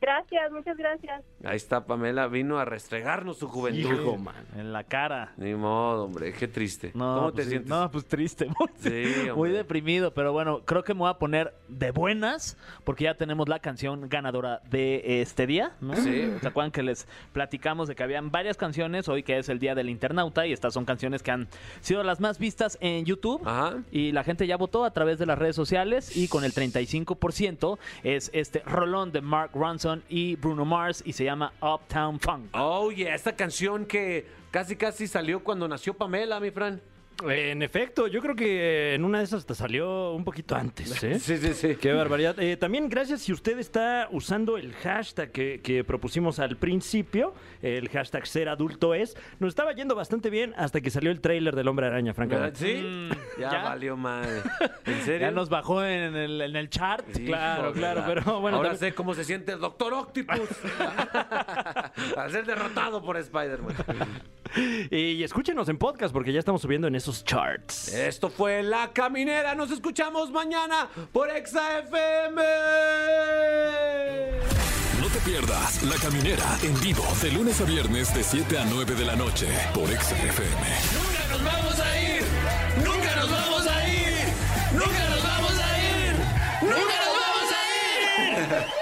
Gracias, muchas gracias.
Ahí está Pamela, vino a restregarnos su juventud.
Hijo, man.
En la cara.
Ni modo, hombre, qué triste.
No,
¿Cómo te
pues sí.
sientes?
No, pues triste. (laughs) Muy,
Sí, hombre.
muy deprimido, pero bueno, creo que me voy a poner de buenas porque ya tenemos la canción ganadora de este día, ¿no?
Sí.
¿Se acuerdan que les platicamos de que habían varias canciones hoy que es el Día del Internauta y estas son canciones que han sido las más vistas en YouTube?
Ajá.
Y la gente ya votó a través de las redes sociales y con el 35% es este rolón de Mark Ronson y Bruno Mars y se llama Uptown Funk.
Oh, yeah, esta canción que casi casi salió cuando nació Pamela, mi Fran.
Eh, En efecto, yo creo que eh, en una de esas te salió un poquito antes, ¿eh?
(laughs) Sí, sí, sí.
Qué barbaridad. Eh, también gracias si usted está usando el hashtag que, que propusimos al principio, el hashtag ser adulto es. Nos estaba yendo bastante bien hasta que salió el tráiler del Hombre Araña,
¿Verdad?
francamente.
¿Sí? (laughs) ya,
Mm, ¿ya?
valió
(laughs)
madre. ¿En serio?
Ya nos bajó en el, en el chart.
Sí,
Claro,
hijo,
claro,
¿verdad?
pero bueno,
Ahora
también-
sé cómo se siente el Doctor Octopus
(laughs)
al ser derrotado por Spider-Man.
(laughs) Y escúchenos en podcast porque ya estamos subiendo en esos charts.
Esto fue La Caminera. Nos escuchamos mañana por Exa FM.
No te pierdas La Caminera en vivo de lunes a viernes de 7 a 9 de la noche por XFM.
Nunca nos vamos a ir. Nunca nos vamos a ir. Nunca nos vamos a ir. Nunca nos vamos a ir.